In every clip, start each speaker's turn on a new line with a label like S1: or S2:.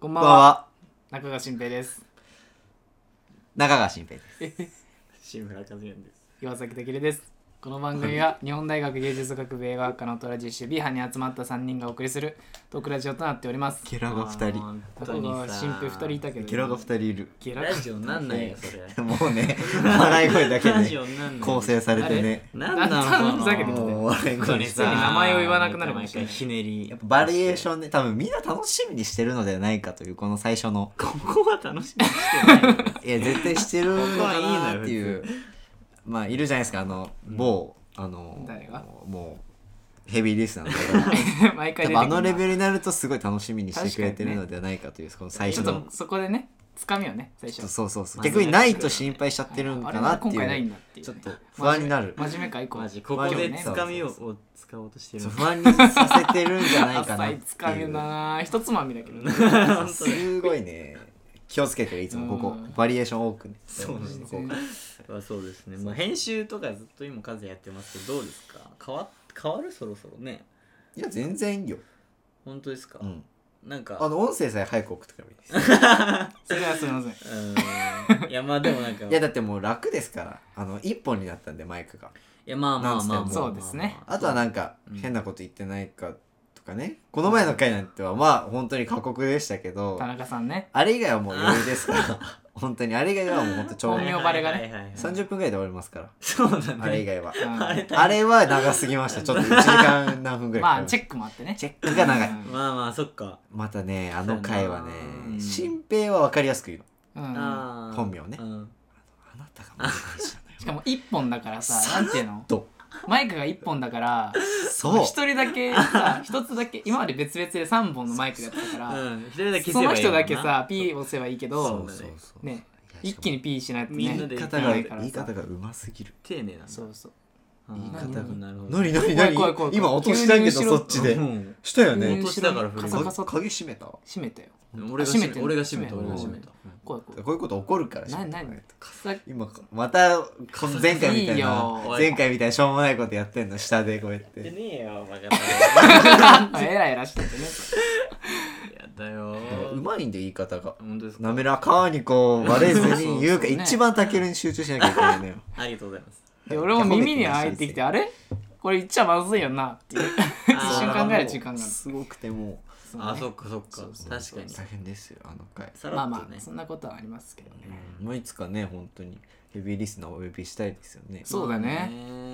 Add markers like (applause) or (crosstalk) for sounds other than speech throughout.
S1: こんば
S2: こん
S1: ん
S2: ばん
S1: は。
S2: は。
S1: 中川新平です。
S2: 中川新平です。
S3: 志村和彦です。
S1: 岩崎たけるです。この番組は日本大学芸術学部映画科のトラジッシュ B 派に集まった3人がお送りするトークラジオとなっております。
S2: ゲラが二人。
S3: 本当
S1: 中
S3: に
S1: 川
S3: さ
S1: 新平2人いたけど。
S2: ゲラが二人いる。
S1: ゲラが
S3: ラジオなんないよ、
S1: (laughs)
S3: それ。
S2: もうね、笑い声だけ
S3: ラジ
S2: で
S3: オなんない。
S2: 構成されてね。
S3: なんなのその
S1: ふざけて
S2: も
S1: る
S2: う笑い
S3: 本当
S2: 声
S3: に
S2: で
S3: さ
S1: 普通に名
S2: さ。
S1: 前を言わなくなるかもしれない
S3: 毎回ひねり。
S2: やっぱバリエーションね、多分みんな楽しみにしてるのではないかという、この最初の。
S3: ここは楽しみにしてないよ。
S2: いや、絶対してるのかなってい
S3: こ
S2: う。まあ、いるじゃないですか、あの、某、あの、
S1: 誰が
S2: もう、ヘビーリスナー
S1: (laughs)
S2: の方が
S1: 毎回
S2: 多
S1: 出てくる
S2: 分
S1: な
S2: あのレベルになるとすごい楽しみにしてくれてるのではないかという、この最
S1: ちょ
S2: 初
S1: っ
S2: の
S1: と。そこでね、つかみをね、最初。
S2: そうそうそう。
S3: 真面
S2: 逆
S3: 目
S2: にないと心配しちゃってる
S1: あ
S2: んか
S1: れ
S2: な
S1: は
S2: ってい
S1: 今
S2: う。
S1: 回ないんだっていう。
S2: ちょっと不安になる
S1: 真面目か、以降。
S3: マジ、ここ
S2: 今日
S3: で
S2: ね
S3: つかみをを使おうとしてる
S2: そう。不安にさせてるんじゃな
S1: (laughs)
S2: いか
S1: 浅
S2: なっ
S1: い
S2: てい。
S1: うつかみだな。一つまみだけど。
S2: すごいね。気をつけてるいつもここ
S1: うん
S2: バリエーション多くね。
S3: そうなんです
S2: こ
S3: ね。あそうですね。まあ編集とかずっと今カズやってますけど、どうですか変わ変わるそろそろね。
S2: いや全然いいよ。
S3: 本当ですか
S2: うん。
S3: なんか。
S2: あの音声さえ早く送ってくればいいです。
S1: それはすみません。
S3: うーんいやまあでもなんか。
S2: (laughs) いやだってもう楽ですから。あの一本になったんでマイクが。
S3: いやまあまあまあまあ
S2: なんつっても
S1: そうですね
S2: あとはなんか変なこと言ってないかとかね。この前の回なんてはまあ本当に過酷でしたけど
S1: 田、中さんね。
S2: あれ以外はもう余裕ですから。本当にあれ以外はもう本当長
S1: 本
S2: 編
S1: 名バレがね
S3: ね
S2: 30分ぐらいで終わりますから。
S3: そうだね
S2: あれ以外は。
S1: うん
S3: あ
S2: (laughs)
S3: れ
S2: あれは長すぎました。ちょっと1時間何分ぐらい
S1: まあ、チ
S2: ェッ
S1: ェックもあってね
S2: ク。。チェックが長い。
S1: う
S3: まあまあそっか
S2: またね、あの回は
S3: う
S2: ね、
S3: ん
S2: 新平は分かりやすく言うの。
S1: んうん
S3: あー
S2: 本名ね
S3: うん
S2: あなたが間違えちゃうのよ。
S1: しかも一本だからさ、なんていうの
S2: と、
S1: マイクが一本だから、
S2: そう。
S1: 一人だけさ、一つだけ、今まで別々で三本のマイクだったから、
S3: うん一人だけ消せばい
S1: そ
S3: い
S1: の人だけ
S3: もんな
S1: さ、ピー押せばいいけ
S2: そ
S1: ど
S2: う、
S3: だ
S2: そ
S3: ね
S2: うそう。
S1: ね
S2: いや、
S1: 一気にピーしないと
S3: みんな
S1: ね
S3: で。
S2: 言い方が、
S1: いいからさ
S2: 言い方がうますぎる。
S3: 丁寧なんだ
S1: そうそう。
S3: あ
S2: 言い
S3: ー
S2: 方
S3: な
S2: が
S3: るほどなるほど
S2: なになにな
S1: 怖い
S2: に
S1: 怖い怖い
S2: 今落としたけど、
S1: 急に後ろ
S2: そっちで
S3: う。ん
S2: したよ
S1: 急
S2: ね
S1: に。
S3: 落としたから振る
S1: カ
S2: 鍵
S1: サカサと
S2: 鍵閉めたこ
S1: 閉めたよ。
S3: 俺が
S1: 閉め
S3: 閉め
S1: て
S3: 俺が閉めた
S1: 閉め
S3: 俺
S1: て
S3: が閉めた
S1: 怖い怖いう
S2: いうこと起こるから閉
S1: な
S2: め
S1: に
S2: た
S1: なに
S2: 方がいい
S1: カサ
S2: 今かまたこ前回みたい
S1: いい
S2: な
S1: よ
S2: 前回みたいなしょうもないことやってんの下でこうやって
S3: やってねえよバカだ
S1: エラエラしててね。
S3: やだよ
S2: うまいんで言い方が
S3: 本当ですか
S2: 滑らかにこう割れずに言うか
S1: そうそうそうね
S2: 一番たけるに集中しなきゃいけないのよ
S3: ありがとうございます
S1: で俺も耳に入ってきて、あれこれ言っちゃまずいよなっていう。
S3: 一
S1: 一瞬考える時間がある
S2: すごくてもう
S3: あ
S1: ね
S3: そっかそっ
S2: そ
S3: か
S2: うそう
S3: 確かに
S2: 大変ですよあの回、
S3: さ
S1: ま
S3: ら
S1: あ
S3: っ
S1: ま
S3: とね
S1: あ、そんなことはありますけどね。
S2: うんもういつかね本当にヘビーリスナーをお呼びしたいですよね
S1: そうだね。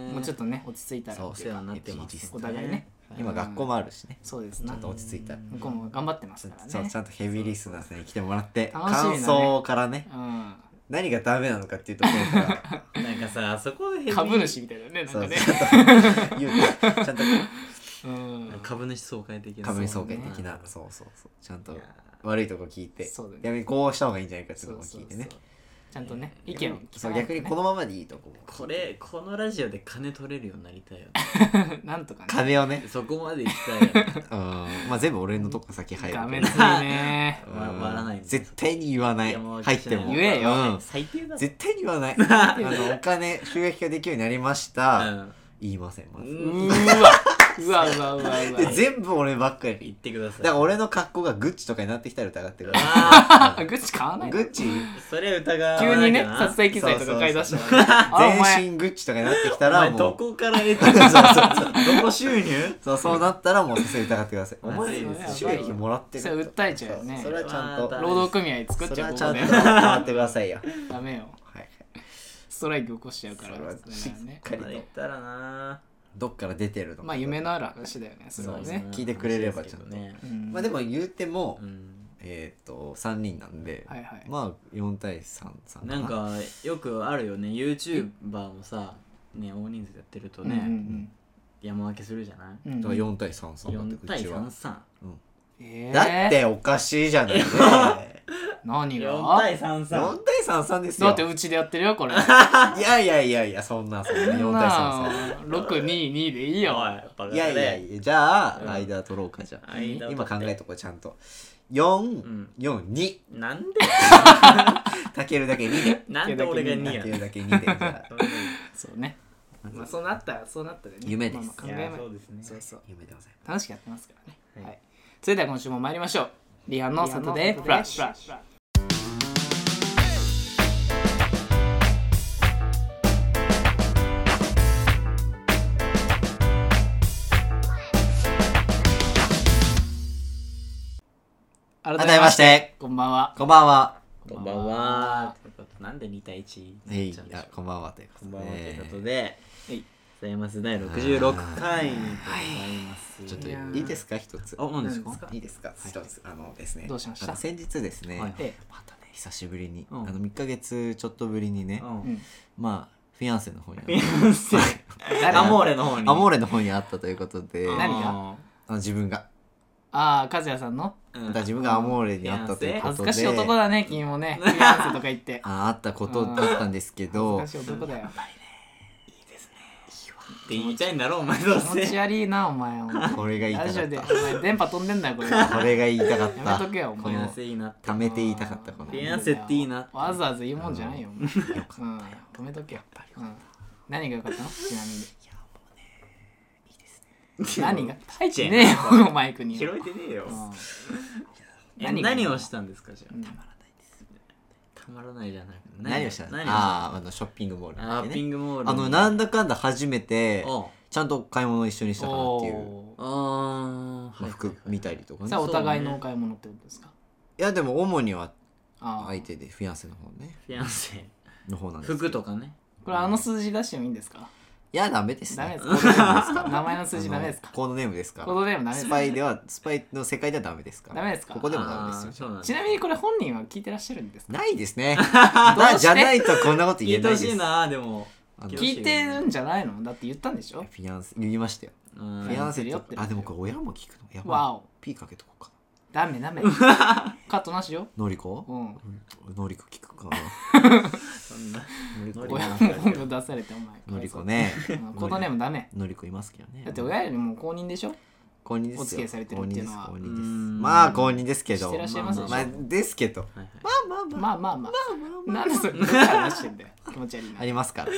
S1: も
S3: も
S1: うちょっとね、落ち着いたら。
S2: そう
S3: お世話になってま
S2: ヘビーリス
S3: す
S2: ナ
S1: お互いね
S3: は
S2: 今学校もあるしね
S1: そうです
S2: ちょ
S1: な
S2: っ。と落ち着いたら
S1: 向こうも頑張ってますから
S2: そう
S1: ね
S2: ち。ゃんとヘビーリスナーさんに来てもらって
S1: 楽しみだね
S2: 感想からね
S1: うん。
S2: 何がダメなのかっていうところか
S1: (laughs)
S2: ら
S3: なんかさそこでヘビー
S1: 株主みたいだね、なん
S2: そう
S1: かね。
S2: ちゃんと言うちゃんと
S1: うん。
S3: 株主総会的な
S2: 株主総会的なそうそうそうちゃんと
S3: いや
S2: 悪いとこ聞いて
S1: そうだね
S2: 逆にこうした方がいいんじゃないかってとこ聞いてね
S1: ちゃんとね、意見を聞
S2: そ
S1: か
S2: う
S1: ないと
S2: 逆
S1: ね
S2: にこのままでいいとこも
S3: これこのラジオで金取れるようになりたいよね
S2: (laughs)
S1: なんとかね。
S2: 金を
S3: (laughs)
S2: ね
S3: そこまで行きたいよね
S2: (laughs) うんまあ全部俺のとこ先入る
S1: ダ
S2: け
S1: メ
S2: ど
S1: だね。
S2: (laughs) うん
S3: わ割らないんだ
S2: 絶対に言わない
S3: いやもう
S2: 入っても
S1: 言えよ
S2: うん
S3: 最低だ
S2: 絶対に言わない
S3: (laughs)
S2: あのお金収益化できるようになりました
S3: うん
S2: 言いませんまず
S1: う
S3: う
S1: ー
S3: ん
S1: わ。うわうわうわうわ
S2: で。全部俺ばっかり
S3: 言ってください
S2: だから俺の格好がグッチとかになってきたら疑ってくださ
S3: あ
S1: あ、グッチ買わないい
S2: グッチ
S3: ーそれ疑わなき
S1: 急
S3: ゃな
S1: にね、撮影機材とか買い出したら。あ、お前。
S2: 全身グッチとかになってきた
S3: お
S2: ら
S3: 前
S2: もう
S3: どこから得 (laughs) たどこ収入
S2: そうそうなったらもう先生疑ってください。お
S3: まず
S2: 前
S3: い
S1: です
S2: 収益もらってる
S1: それ訴えちゃうよね
S2: それはちゃんと
S3: まあ
S1: 労働組合作っ
S2: そ
S1: ち
S2: れ
S1: ゃ
S2: は
S1: う
S2: ち
S1: こ
S2: ゃ
S1: こ
S2: ん
S1: で。
S2: ともらってくださいよ。
S1: ダメよ。
S2: はい。
S1: ストライキ起こしちゃうか
S2: そ
S1: ら。
S2: れはしっか
S3: ま
S2: り
S3: だ
S2: と
S3: 言ったらな
S2: どっから出てるのか。
S1: まあ夢のある話だよね、それ
S2: う
S1: は
S2: です
S1: ね。
S2: 聞いてくれればちゃんと
S3: ね
S1: うん
S2: まあでも言うても
S3: う、ん
S2: えっと3人なんで、
S1: はいはい。
S2: まあ4対3さん
S3: なんかよくあるよね YouTuber もさね大人数でやってると
S1: うん
S3: ね山分けするじゃない
S1: うんうん
S2: だから4対3さんだって
S3: 4対
S2: うちは。
S3: 33
S1: えー
S2: だっておかしいじゃない。ね
S1: 何
S3: 4
S1: が
S3: 対33
S2: 4対3さんです
S1: だ
S2: よ
S1: って。うちでやってるよこれ
S2: いやいやいやいやそんなそんな4対3さ
S1: 622でいいよ
S3: バカだ
S2: ん。
S3: ね
S2: いやいやいやじゃ
S3: うん
S2: あ間取ろうかじゃあ。
S3: 間を
S2: 今考
S3: 取
S2: え
S3: って
S2: とこうちゃんと。4
S3: ん、
S2: 4、2。
S3: なんで (laughs)
S2: たけるだけ2で。
S3: なんで俺が2
S2: たけ
S3: や
S2: るだけ2で。じゃあ
S1: そうねまあそうなったらそうなったらね
S2: 夢です
S1: まあまあ考
S3: い
S1: え
S3: や
S1: ま
S3: そうですね
S1: そうそう
S2: 夢でございま
S1: 楽しくやってますからね
S3: はい
S1: はいそれでは今週も参りましょうリハのサタデープラッシュ改
S2: 改めまして
S1: こんばんは
S2: こんばんは
S3: こんばんはということなんで2対1
S2: えい
S3: ちゃうんでしょ
S2: あこんばんはという
S3: こ
S2: こ
S3: ん
S2: と
S3: ばんはとい
S2: で
S3: うことで
S1: はい
S3: ございます第66回でございます
S2: ちょっと
S1: いやー
S2: いいですか一つ
S3: あ何ですか
S1: 何ですか
S2: いいですか一つあのですね
S1: どうしました
S2: あの先日ですね
S3: はい
S1: え
S2: またね久しぶりにあ
S3: うん
S2: の3ヶ月ちょっとぶりにね
S3: う
S1: えうんん
S2: まあフィアンセの方に
S3: フィアンセ
S1: 誰
S3: アモーレの方に
S2: アモーレの方にあったということで
S1: うん
S2: あ
S1: 何
S3: が
S2: の自分が
S1: ああ和也さんの
S2: また自分がアモーレにあったということ
S1: 恥
S2: で
S1: ずかしい男だね君も
S2: (laughs)
S1: ねフィアンセとか言って
S2: ああったことだったんですけど
S1: 恥ずかしい男だよ
S3: って言いたいんだろうお前どう
S1: 気持ち
S3: せ
S1: 悪いなお前ほんと
S2: これが言い
S1: ラ
S2: た
S1: ジ
S2: か
S1: オでお
S2: った
S1: 前電波飛んでんだよこれ
S2: これが言いたかっ
S1: やめ
S2: た
S1: とけよお
S3: フ
S1: 前
S2: こ
S3: ィア
S2: の
S3: ンセいいなって
S2: 貯めて言いたかったこの
S3: フィアンセっていいなって
S1: わざわざ言うもんじゃないよ、お前
S2: よかった
S1: うん、止めとけようん、何が良かったのちなみに何が入ってねえ (laughs) よマイクに
S3: 拾えてねえよ
S1: うん
S3: え
S1: 何が
S3: 何をしたんですかじゃ
S1: うん
S3: あたまらないじゃない
S2: 何をしたの
S3: 何
S2: あああのショッピングモール
S3: あ
S2: だっ
S3: ー
S2: け
S3: ピ
S2: ね
S3: ングモール
S2: あのなんだかんだ初めて
S3: お
S2: ちゃんと買い物一緒にしたかなっていう
S1: おー
S3: あー
S2: まあ服見たりとかね
S1: さあお互いのお買い物ってことですか
S2: いやでも主には
S1: ああ
S2: 相手でフィアンセの方ね
S3: フィアンセ
S2: の方なんです
S3: 服とかね
S1: これあの数字出してもいいんですか
S2: いやダメです
S1: ダメ
S2: ね
S1: ですか名
S2: (laughs)
S1: 前の数字ダメですか
S2: あのコードネームですか
S1: コード
S2: ら
S1: ネームダメで
S2: ス
S1: すか
S2: パイではスパイの世界ではダメですから
S1: ダメですか
S2: ここでもダメですよ
S3: あーそうなんだ
S1: ちなみにこれ本人は聞いてらっしゃるんですか
S2: ないで
S1: (laughs)
S2: すね。
S1: うして
S2: なじゃないとこんなこと
S3: 聞
S2: 言え
S3: い
S2: ない
S3: てほ
S2: です。
S3: しいなでも
S2: あの
S3: 聞
S2: フ
S1: 聞いてるんじゃないのだって言ったんでしょ
S2: ィアンセ言いましたよ。
S3: フ
S2: フ
S3: ィ
S2: ィ
S3: ア
S2: ア
S3: ン
S2: ンセ
S1: 酔っ
S2: と
S1: てる
S2: あでもこれ親も聞くのやば
S1: わ
S2: い。
S1: お
S2: ピーかけとこうか
S1: ダメダ
S2: (laughs)
S1: メカットなしよ
S2: な。のりこ？
S1: うん
S2: のりこ聞くか。
S3: そんな
S2: のりこ
S3: のりこ
S1: 親も本部出されてお前
S2: のりこね。
S1: うんコードネームダメ
S2: のりこいますけどね。
S1: だって親よりも公認でしょ
S2: 公認ですよ。
S1: お付き合いされてるっていうのは
S2: 公認です公認
S3: うー
S2: です。
S3: ん
S2: まあ公認ですけど。
S1: してらっしゃいます
S3: でしょ
S2: まあですけど。
S3: はいはい
S2: まあまあまあ
S1: まあまあまあ
S2: ま
S1: な
S2: あ
S1: んでそれどっから話してんだよ気持ち悪いな
S2: ありますから。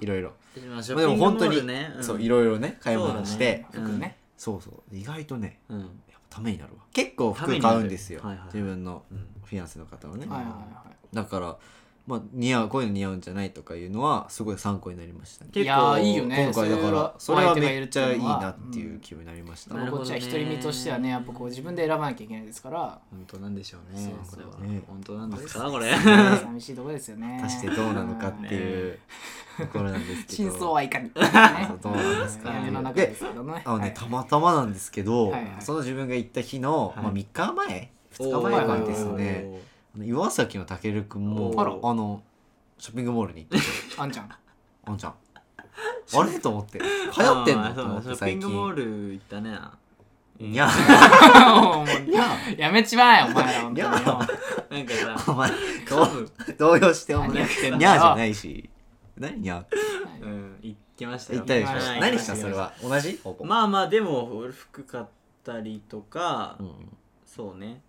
S2: いろいろ。
S3: で
S2: まあでも本当に
S3: ね、ん
S2: そういろいろね買い物
S3: そ
S2: し
S3: うだ
S2: て
S3: ね。
S1: 服ね
S2: そうそう意外とね
S3: うん
S2: やっぱためになるわ。結構
S3: た
S2: 服
S3: めになる
S2: 買うんですよ
S3: はいはい。
S2: 自分のフィアンセの方はね。
S1: はいはいはい
S2: だから、まあ、似合うこういうの似合うんじゃないとかいうのはすごい参考になりましたね
S3: 結構
S1: いやーいいよね
S2: 今回だから
S1: そ
S2: そ
S1: うい
S2: れ
S1: う相
S2: は
S1: 手がい
S2: め
S1: る
S2: ってち
S1: い
S2: ゃ
S1: う
S2: いい
S1: のは
S2: なっていう気分になりました、
S3: なる
S1: こ
S3: ほど
S1: っち
S3: ね
S1: は独り身としてはねやっぱこう自分で選ばなきゃいけないです
S2: (laughs)
S1: から
S3: 本当なんでしょうね
S2: そ
S3: こ
S2: う
S3: れ
S2: そう
S3: は
S2: ね
S3: 本当なんですかこれ
S2: (laughs)
S1: 寂しいとこですよね
S2: 果たしてどうなのかって
S1: うん
S2: いうところなんですけど
S1: 真相はいかに
S2: (laughs) そうどうなんですか
S1: 闇の中で
S2: です
S1: けどね
S2: あのね、
S1: はい
S2: たまたまなんですけど、
S1: はいはい
S2: その自分が行った日の、
S3: はい
S2: まあ、3日前2
S3: お
S2: 日
S3: ー
S2: 前からですねあの岩崎のたけるくんも
S3: お
S2: あ
S3: ー
S2: のショッピングモールに行って
S1: (laughs) あんちゃん
S2: あんちゃんあれと思って流行ってん
S3: あ
S2: の
S3: ーそ
S2: と
S3: う
S2: 思って
S3: ショッピ
S2: 最
S3: ングモー
S2: 近
S3: ル行ったね
S2: いや
S1: もう (laughs)
S2: いや
S1: やめちまえお前ら本当に
S2: いや
S1: よ
S3: なんか
S2: (laughs)
S3: さ
S2: お前
S3: カブ
S2: 動揺してお
S1: 何やっ
S2: 前
S1: てんだよ
S2: にゃーじゃないし何にゃーって
S3: うん行きました
S2: 言
S3: よ
S2: ったでしょ
S1: 行きました
S2: 何したそれは同じほぼ
S3: まあまあでも俺服買ったりとか
S2: うん
S3: そうね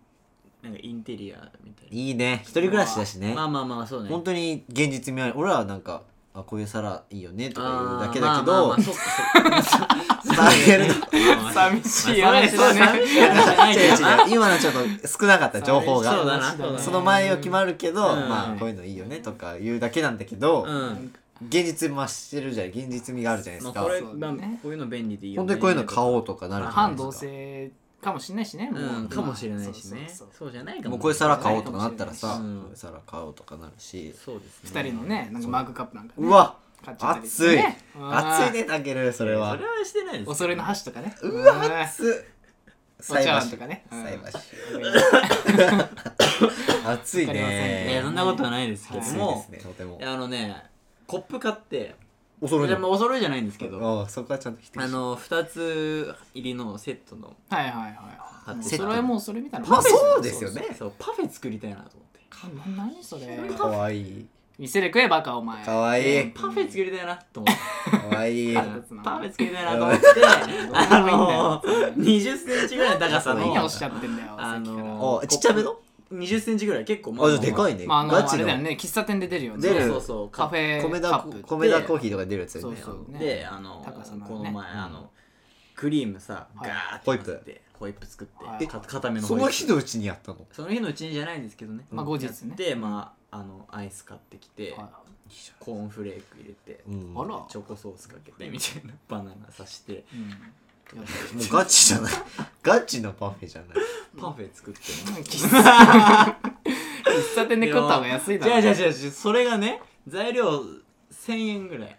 S3: なんかインテリアみたい
S2: いいね一人暮らしだしね
S3: なまあまあまあそうね
S2: 本当に現実味ある俺らはなんかあこういう皿いいよねとか言うだけだけ
S3: あーまあまあま
S2: ど
S3: あそっかそっか
S2: あげるの
S1: (laughs) 寂しい
S3: まあ
S1: 話だね
S3: そう寂しい話じゃないけ
S2: 違う
S3: どな
S2: 違う今のちょっと少なかった情報
S3: そうだ
S2: が
S3: なそうだな
S2: その前を決まるけど
S3: うん
S2: まあこういうのいいよねとか言うだけなんだけど
S3: うん
S2: 現実増してるじゃん現実味があるじゃないで
S3: ますあ
S2: か
S3: これ
S2: 本
S1: そうだね
S3: こういうの便利でいいよね
S2: 当にこういうの買おうとかなるじゃな
S1: 反
S2: い
S1: 同
S2: ですか
S1: 性かもしれないしねもう
S3: うん
S1: 今
S3: かもしれないしね
S1: そうそうそう
S3: そうじゃないか
S2: もうこういう皿買おう
S1: とか
S2: とか
S1: な
S2: な
S1: っ
S2: ったた
S1: ら
S2: ら
S1: さ
S2: さ、
S3: うん
S2: こういう皿買おうとかなるし
S3: そうです
S1: 二人のねなんかマークカップなんかね
S2: うわ
S1: 買っちゃったりして
S2: 熱い
S1: ねうん
S2: 熱いねたけるそ
S3: そ
S2: れ
S3: れは
S2: は
S3: それはしてないです
S1: お揃いの箸とかね
S2: うわ
S1: ん
S2: 熱っ
S1: お茶碗とかねうん
S2: 菜箸
S1: は
S2: 熱い
S1: わかりま
S3: いや
S1: せ
S2: ね
S3: そんなことはないですけど
S2: 熱い
S1: は
S3: も
S2: ですねとても
S3: いやあのねコップ買って
S2: お
S3: こ
S2: 揃い
S3: れ
S2: の
S3: もお揃いじゃないんですけど
S2: ああそこはちゃんと否定し
S3: あの2つ入りのセットの
S1: いはいはい
S3: うん
S1: お揃いもうそれみたいな
S2: まあそうですよね
S3: そうパフェ作りたいなと思って
S1: な何それ
S2: かわいい
S1: 店で食えバカお前
S2: かわいい
S3: パフェ作りたいなと
S2: (laughs)
S3: 思って
S2: かわいい
S1: あ
S2: あ
S3: パフェ作りたいなと思って
S2: (laughs)
S3: あの2 0ンチぐらいの高さの
S1: 何をおっしゃってんだよさ
S3: あ
S1: っきから
S3: の
S2: ちっちゃめの
S3: 2 0ンチぐらい結構
S2: あじゃあでかいね
S1: まああの
S2: ガ
S1: あ
S2: チ
S1: れ
S2: の
S1: だよね喫茶店で出るよね
S2: 出る
S3: そうそう
S1: カフェ
S2: 米
S1: カ
S2: 田
S1: ップ
S2: 米田コーヒーとか出るやつよ
S1: そう
S2: ね
S1: そうね
S3: であの
S1: 高さのある
S3: この
S1: ね
S3: 前あのクリームさ
S1: は
S3: ガ
S1: い
S2: ホイ
S3: ーって
S2: ップ
S3: 混ぜてホイップ作って
S1: はい
S3: か固めの
S2: そ
S3: ホイ
S2: の
S3: ッ
S2: 日
S3: プ
S2: のうちにやったの
S3: その日のうちにじゃないんですけどね
S1: まあ後日ね
S3: でまああのアイス買ってきて
S1: は
S3: コーンフレーク入れて
S2: うん
S1: あら
S2: も
S3: チョコソースかけてみたいなバナナ刺して
S1: いうんや
S2: うガチじゃない (laughs) ガチのパフェじゃない
S3: パフェ作って
S1: 喫茶喫茶店で食った方が安いだ
S3: じゃ
S1: ろ
S3: あじゃあじゃあそれがね材料1000円ぐらい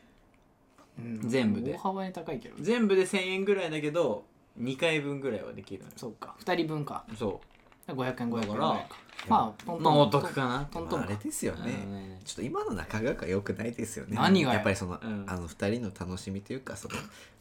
S1: うん
S3: 全部で
S1: 大幅に高いけど
S3: 全部で1000円ぐらいだけど2回分ぐらいはできるのよ
S1: そうか2人分か
S3: そ
S1: 500円500円ぐらいか
S3: だから
S1: まあポ
S3: う
S1: ン
S3: ま
S1: ポ
S3: あ
S1: ン
S3: お得かな
S1: トントン
S2: まああ
S1: か
S2: れですよ
S3: あの
S2: ね
S3: ね
S2: ちょっと今の中川が良くないですよね
S1: 何がよ
S2: やっぱりその、
S3: うん
S2: あの二人の楽しみというかその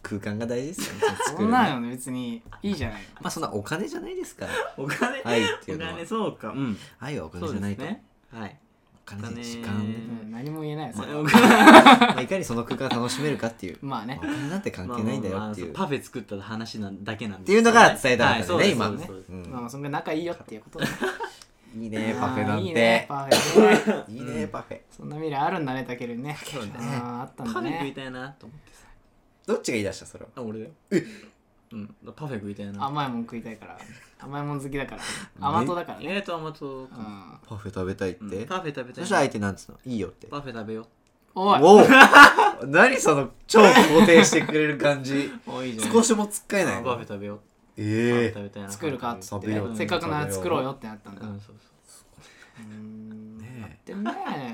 S2: 空間が大事ですよねそ
S1: (laughs)
S2: の
S1: そ
S2: 作る
S1: ん
S2: ね
S1: なの別にいいじゃない
S2: まあそんなお金じゃないですから
S3: (laughs) お金
S2: 愛ってい
S3: お
S2: うのは
S3: 金そうかうん
S2: 愛はお金
S3: そう
S2: じ
S3: で
S2: ゃない
S3: す
S2: と、
S3: ねはい
S2: お金で時間ね
S1: う
S3: お
S1: ん何も言えないです
S3: ま
S1: よ
S3: あお金 (laughs)
S2: まあいかにその空間を楽しめるかっていう
S1: まあ
S2: まあ
S1: ね
S2: お金なんて関係ないんだよっていう
S3: まあまあまあそうパフェ作った話なんだけなん
S2: っ
S3: で
S2: てい
S3: すけ
S2: う
S3: ど
S2: のが伝えたかったん
S3: は
S2: だね
S3: い
S2: 今
S3: そう
S2: の
S3: です
S2: ね
S3: そうです
S1: まあま
S2: う
S1: あそんぐらい仲いいよっていうことだね
S2: んいいねパフェなん
S1: いいね
S2: て
S1: パフェね
S2: いいねパフェ
S1: そんな未来あるんだねたけるね
S3: そうだね
S1: あーあったんだ
S3: パフェ食い
S1: ね
S3: たいなと思ってさ
S2: どっちが言い出したそれは
S3: あ俺だようんパフェ食いたいな
S1: 甘いもん食いたいから甘いもん好きだから甘党だから
S3: 意
S1: ね
S3: 外と甘党
S1: う
S3: かも
S1: ん
S2: パフェ食べたいっ
S3: うん
S2: て
S3: パフェ食べたい
S2: そ
S3: な
S2: したら相手なんつうのいいよって
S3: パフェ食べよ
S1: おい
S2: おお何その超肯定してくれる感じ
S3: うおいいじゃん
S2: 少しもつっかえな
S3: パ
S2: い
S3: フェ
S2: の
S3: 食べよう
S2: え
S3: 食べたいな
S1: 作るかっつっ
S2: 食
S1: て
S2: べよ
S1: ね
S2: う
S1: せっかくなら作ろうよってなったんだ
S3: う
S1: うん
S3: そう
S1: ーん
S2: え
S1: やっ
S2: ね
S1: てんね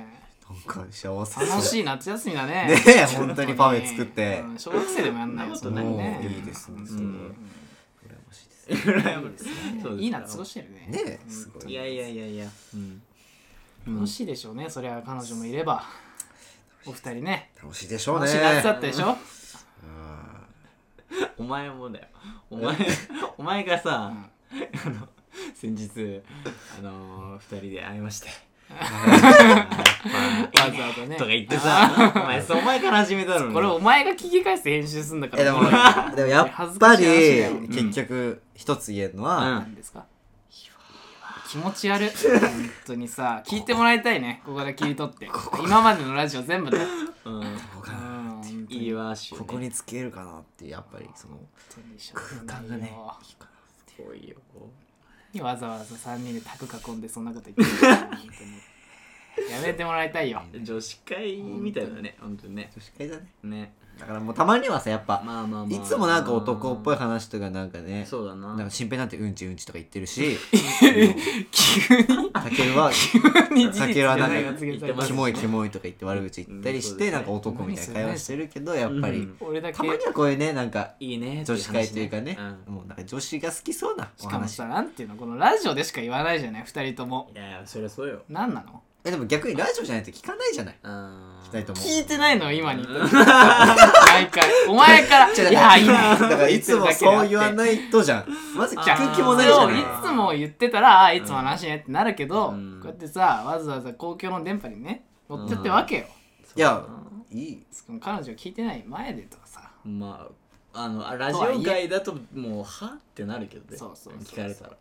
S2: えなんか幸せ
S1: 楽しい夏休みだね。
S2: ねえ本当にパフェ作って
S1: うん小学生でもやんないよ、
S3: そ
S1: そ
S3: ん
S1: ん
S3: な
S1: な
S3: こと
S1: に
S3: ない
S1: ね。
S2: もういいですね
S1: うん
S2: それは羨ましいです
S3: そう羨ましいそうですか
S1: いい夏過ごしてるね。
S2: ねえすごい
S3: いやいやいやいやうん
S1: 楽しいでしょうね、そりゃ彼女もいれば。お二人ね。
S2: 楽しいでしょう
S1: 楽
S2: ね
S1: しい夏だったでしょ
S2: うん
S3: お前もだよ
S2: (laughs)
S3: お前お前がさ
S1: うん
S3: あの先日あのー二人で会い
S2: (laughs)
S3: まして
S1: わざわざね
S3: と。か言ってさお前そうお前から始めたのに
S1: これお前が聞き返して編集すんだか
S2: えで
S1: ら。
S2: も
S1: これ
S2: でもやっぱり結局一つ言えるのは、
S3: うん
S1: 何ですか気持ち悪い。本当にさ、聞いてもらいたいね。ここで切り取って。今までのラジオ全部ね。
S3: うん
S2: ここ
S1: う
S2: かなん
S1: 本当
S3: いいわし
S2: ここにつけるかなってやっぱりその
S1: に一緒
S2: 空
S1: なんだよ
S2: 間がねいいか
S3: すごいよ
S1: わざわざ3人で卓囲んでそんなこと言ってるの本当にやめてもらいたいよ
S3: 女子会みたいだね本当にね
S2: な女子会だね
S3: ね
S2: だからもうたまにはさやっぱ、
S3: まあまあまあ
S2: いつもなんか男っぽい話とかなんかね
S3: そうだ
S2: な
S3: な
S2: んか新平なんてうんちうんちとか言ってるし
S1: 急に
S2: たけるは
S1: 急に事実
S2: たけ
S1: じ
S2: るは
S1: ゃ
S2: な
S1: ないが
S2: ん
S1: 告げされ
S2: か
S1: た
S2: キモいキモいとか言って悪口言ったりして、
S3: うん
S2: なんか男みたいな会話してるけどやっぱり、
S3: うん
S1: 俺だけ
S2: たまにはこういうねなんか
S3: いいねって
S2: 女
S3: 話
S2: 子会というかね
S3: うん
S2: もうなんか女子が好きそうなお
S1: しかも
S2: 話
S1: さなんていうのこのラジオでしか言わないじゃない2人とも
S3: いやいやそりゃそうよ
S1: 何なの
S2: えでも逆にラジオじゃないと聞かないじゃない
S3: うん
S2: 二人とも
S1: 聞いてないのよ
S3: (laughs)
S1: 今に至る毎回お前
S2: (laughs)
S1: から「
S2: じゃあ
S1: いやいいね」
S2: だからいつもそう言わ
S1: い
S2: ないとじゃんまず聞く気も
S1: そ
S2: ない
S1: れ
S2: じゃ
S1: を
S2: ないい
S1: つも言ってたらあいつも話ねってなるけど、
S3: うん
S1: こうやってさわざわざ公共の電波にね乗っちゃってわけよ、
S2: いやいい
S1: しかも彼女聞いてない前でとかさ
S3: まああのあラジオ界だともうはってなるけどね
S1: そうそうそう
S3: 聞かれたら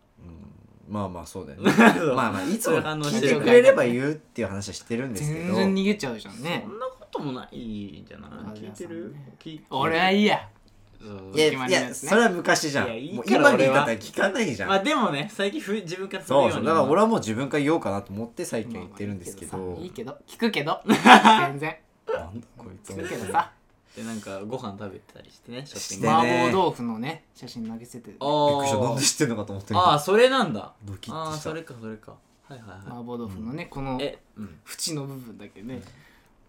S2: まあまあそうだよね
S3: そう
S2: まあまあいつも聞いてく
S1: る
S2: れれば言うっていう話はしてるんですけ
S1: 全
S2: ど
S1: 然逃げちゃうじゃんね
S3: そんなこともないんじゃない聞いてる聞い
S1: 俺はいいや
S3: そう
S2: いや
S1: 決ま
S2: い
S1: りなん
S2: や
S1: ですね
S2: それは昔じゃん
S3: いやいい
S2: もう
S3: から
S2: 今に
S3: 俺
S2: 言い
S3: は
S2: 方聞かないじゃ
S3: まあ
S2: ん
S3: でもね最近ふ自分からするよ
S2: そう
S3: に
S2: そうだから俺はもう自分から言おうかなと思って最近は言ってるんですけ
S1: まあま
S2: ど
S1: あいいけどさいいけど聞くけ
S2: (laughs)
S1: ど全然
S2: なんだこいつ
S1: 聞くけどさ
S3: でなんかご飯食べたりしてねショッピン
S2: して
S3: グ
S2: ね
S1: 麻婆豆腐のね写真投げ捨てて麻
S2: びっくりしたなんで
S3: あ
S2: 知ってんのかと思って
S3: あああそれなんだ
S2: ドキッ
S3: あ
S2: と
S3: あ
S2: した
S3: それかそれかはいはいはい
S1: 婆豆腐のねこの
S3: えうん
S1: 縁の部分だけね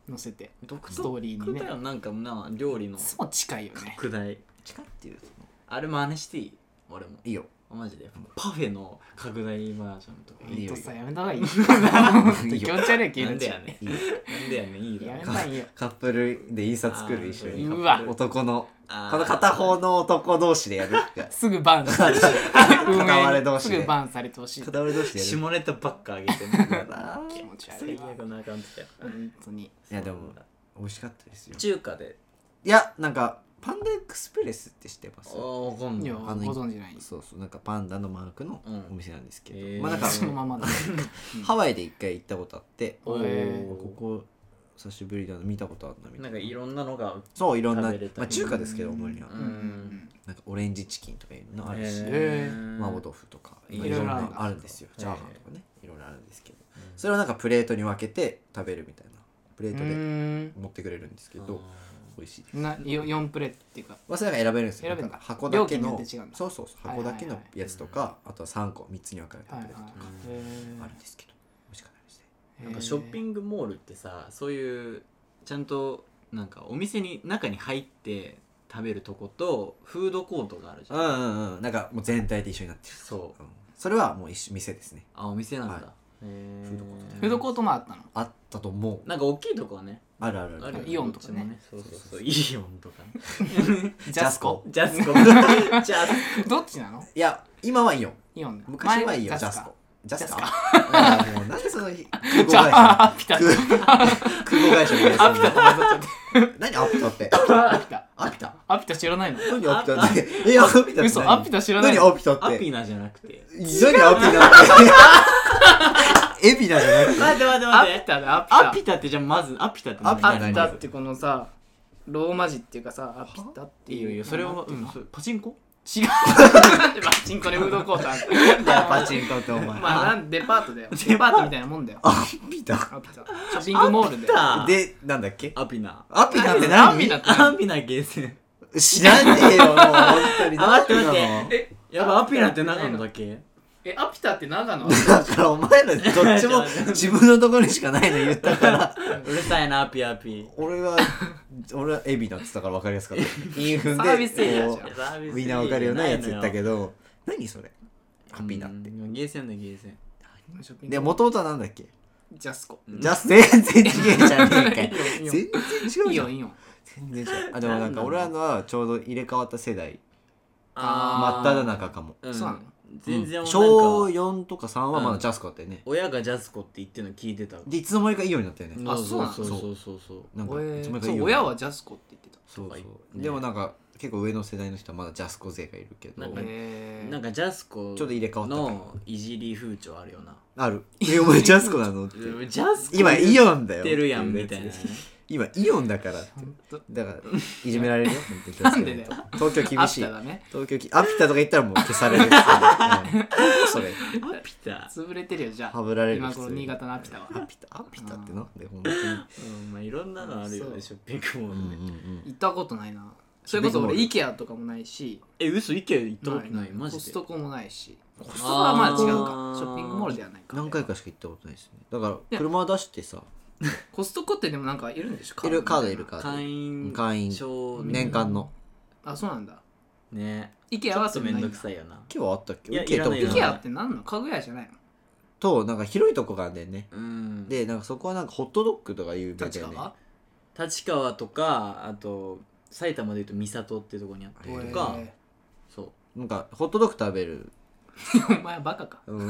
S1: 載せて
S3: 独特
S1: ストーリーにね
S3: だよなんかな料理の
S1: いつも近いよね
S3: 副題
S2: 近っていうその
S3: あれ真似していい俺も
S2: いいよ
S3: マジでパフェの拡大バージョンとか
S1: ほ
S3: いい
S1: ん
S2: よ
S1: とさやめた方がいい気持ち悪い気持ち
S2: いいよいい
S3: なんだよね
S2: よ
S3: なんだよねいいだ
S1: やめ
S3: ろ
S1: たいよ
S2: カップルで印刷作る一緒に
S1: うわ
S2: 男の
S3: あー
S2: この片方の男同士でやるって
S1: すぐバンされて
S2: 片割れ同士
S1: す
S2: で
S1: ぐバンされてほしい
S2: 片割れ同士でやる
S3: 下ネタばっか上げてんだ
S1: 気持ち悪
S3: 最
S1: いわ
S3: 悪な感じだよ
S1: 本当に
S2: いやでも美味しかったですよ
S3: 中華で
S2: いやなんかパンダエクスプレスって知ってます
S3: ああわかん
S1: い
S3: な
S1: や
S3: い
S1: ご
S2: あの
S1: 存知ない
S2: そうそうなんかパンダのマークの
S3: うん
S2: お店なんですけど、
S3: へー
S2: ま (laughs) あなんか
S1: そのままだ
S2: ハワイで一回行ったことあって
S1: お
S3: ー
S2: ここ久しぶりだな見たことあるなみた
S3: ないん
S2: な
S3: かいろんなのが
S2: そういろんな
S3: 食べれ、た
S2: まあ、中華ですけど主には、
S3: うん
S1: うん
S2: なんかオレンジチキンとかいうのあるし、
S1: へえ
S2: 麻婆豆腐とか
S3: い
S2: い
S3: ろ
S2: ろ
S3: い
S2: い
S3: ろ
S2: ろ
S1: あるん
S2: な
S1: だ
S2: あるんですよ
S3: へえ
S2: チャーハンとかねいろいろあるんですけどそれをなんかプレートに分けて食べるみたいなプレ
S1: う
S2: ートで
S1: ーん
S2: 持ってくれるんですけど美味しいです
S1: なよ4プレっていうか
S2: まあ、それが選べるんですよ
S1: 選べる
S2: なんん
S1: だ
S2: か箱だけ
S1: 料
S2: の
S1: 金によって違うんだ
S2: そうそうそう
S1: はいは
S2: 箱
S1: いはい
S2: だけのやつとか、あとは3個3つに分かれてくれるとか、
S1: はいはい
S3: うん
S2: あるんですけど美味しかったですね
S3: なんかショッピ
S1: グ
S3: ングモールってさそういうちゃんとなんかお店に中に入って食べるとことフードコートがあるじ
S2: う
S3: ゃん
S2: んうんうんなんかもう全体で一緒になってる
S3: そう
S2: うんそれはもう一緒店ですね
S3: あお店なんだ、
S2: はい
S3: へえ
S2: フードコート
S1: フードコートもあったの
S2: あったと思う
S3: なんか大きいとこはね
S2: あるあるあ
S3: あ
S2: る
S3: るよね
S1: イオンとかね
S3: どっちもそうそうそうイオンとかね
S1: ジャスコ
S3: ジャスコ (laughs) ジャス
S1: どっちなの
S2: いや今はいいよ
S1: イオンだ
S2: 昔はいいよ
S1: 前
S2: ジャ
S1: が
S2: スコ
S1: か
S2: ジャ
S1: ス
S2: ス
S1: コ
S2: コあーもうなんでその空
S1: じゃあアピタ
S2: 空港会社みたいな
S1: アピタと混ざっちゃっ
S2: 何アピタって
S1: たアピタ
S2: アピタ
S1: アピタ知らないの
S2: 何アピタってえアピタって
S1: 嘘
S2: 何
S1: アピタ知らない
S2: 何アピタって
S3: アピナじゃなくて
S2: 何アピナって (laughs) エビナじゃなくて
S3: 待って待って
S1: ア
S3: 待っ
S1: ピ
S3: て
S1: タだ
S3: ア
S1: ア
S3: ピ
S1: ピ
S3: タってじゃあまずアピタって
S2: ア
S1: タ
S2: ピタ
S1: ア
S2: 何
S1: ピタってこのさローマ字っていうかさアピタって
S3: いいよ
S1: い
S3: いうよそれは
S1: なんて
S3: う
S1: いうんの
S3: それパチンコ
S1: 違うなんでパチンコでフードコートある
S2: なんだよパチンコってお前
S1: まあなんデパートだよデパートみたいなもんだよ
S2: アピタ
S1: アピタショッピングモールで
S3: アピ
S2: でなんだっけ
S3: タアピナ
S2: アピタって
S1: ア
S2: 何
S1: ピタって
S3: アピナゲーセン
S2: 知らねえよもう本当に
S3: あ待っ
S2: 何
S3: て待って
S2: なの
S1: え
S3: やばいアピナって長野だっけ
S1: えアピタって長野
S2: だからお前らどっちも自分のところにしかないの言っ
S1: (laughs)
S2: たから
S3: うるさいなアピアピ
S2: 俺は俺はエビだって言ったから分かりやすかった
S1: (laughs)
S2: インフン
S1: サービスエリ
S2: で
S1: ア
S2: こ
S1: じゃん
S2: うみんな分かるようなやつ言ったけ
S3: ど
S2: ど何それハピナって
S3: ゲーセンだよゲーセン
S1: ショッピング
S2: で元々はなんだっけ
S1: ジャスコ
S2: じゃあ全然違えじゃねえかよ
S1: いいよ
S2: 全然違う
S1: イ
S2: じ
S1: オ
S2: ゃ
S1: ン
S2: ん
S1: イオン
S2: 全然違うあでもなんか俺らのはちょうど入れ替わった世代真
S1: あ
S2: っ只中かも
S3: うん
S1: そうなの
S3: 全然
S2: うん
S3: 俺
S2: 小
S3: なんか
S2: 4とか3はまだジャスコだったよね
S3: 親がジャスコって言ってるの聞いてた
S2: でいつの間にかイオンになったよね
S1: あそうなの
S3: そうそうそうそう
S2: なんか
S1: 俺
S2: いつの間にか
S1: そ
S2: イオン
S1: う親はジャスコって言ってた
S2: そう
S3: とか
S2: そ
S3: 言って
S2: うでもなんか結構上の世代の人はまだジャスコ勢がいるけど
S3: なんか
S1: へー
S3: なんかジャスコ
S2: ちょっと入れ替わったから
S3: のいじり風潮あるよな
S2: あるえお前ジャスコなのって
S3: ジャスコ
S2: 今イ
S3: オン
S2: オンだよ
S3: ってるやんみたいなね
S2: 今イオンだからって
S1: 本当
S2: だからいじめられるよ
S3: (laughs)
S2: 本当に
S1: なんでだよ
S2: 東京厳
S1: ア
S2: し
S1: ピ
S2: い
S1: タだね
S2: 東京きアピタとか言ったらもう消される、うんそ
S3: (laughs)
S2: れ
S3: アピタ
S1: 潰れてるよじゃ
S2: は
S1: あ
S2: ぶられる
S1: 今
S2: 普通
S1: この
S2: に
S1: 新潟のアピタは
S2: アピタアピタってなんで本当に
S3: うんまあいろんなのあるよ
S1: そ
S3: ね
S1: う
S3: ショッピングモ
S2: う
S3: ー
S2: ん
S3: ル
S2: う
S3: で
S2: んうん
S1: 行ったことないなそれこそ俺
S2: ショッ
S1: IKEA とかもないし
S3: え嘘意見行ったことないマジ
S1: コ
S3: で
S1: ストコもないしコス
S3: ス
S1: ト
S3: ト
S1: コ
S3: コ
S1: は
S3: は
S1: まあ
S3: まあ
S1: 違うか
S3: 違う
S1: シ
S3: か
S1: ョ
S3: ショ
S1: ッ
S3: ッ
S1: ピ
S3: ピ
S1: ング
S3: ング
S1: モール
S3: モール
S1: で
S3: で
S1: はないか
S2: 何回かしか行ったことないですねだから車出してさ
S1: コストコってでもなんかいるんでしょ
S2: いるカードい
S1: みた
S2: るカー
S3: 会員
S2: 会員
S3: 証
S2: ド年間の
S1: なあそうなんだ
S3: ね
S1: IKEA
S3: ちょ
S1: は
S3: っ
S1: そ
S3: と
S1: れ
S3: め
S1: なんい
S3: ど
S1: ん
S3: く
S1: だ
S3: さいよな
S2: 今日あったっけ
S3: いや
S2: 受けたこと
S3: いらない
S2: ない
S3: よ
S1: IKEA って何なの家具屋じゃないの
S2: となんか広いとこがあるんだよね
S3: うんで
S2: でなんかそこはなんかホットドッグとか有名だ
S1: 立
S2: よね
S1: 川
S3: 立川とかあと埼玉でいうと三郷っていうところにあったりとか
S1: え
S3: そう
S2: なんかホットドッグ食べる、
S1: ーお前バカか
S2: (laughs) うん、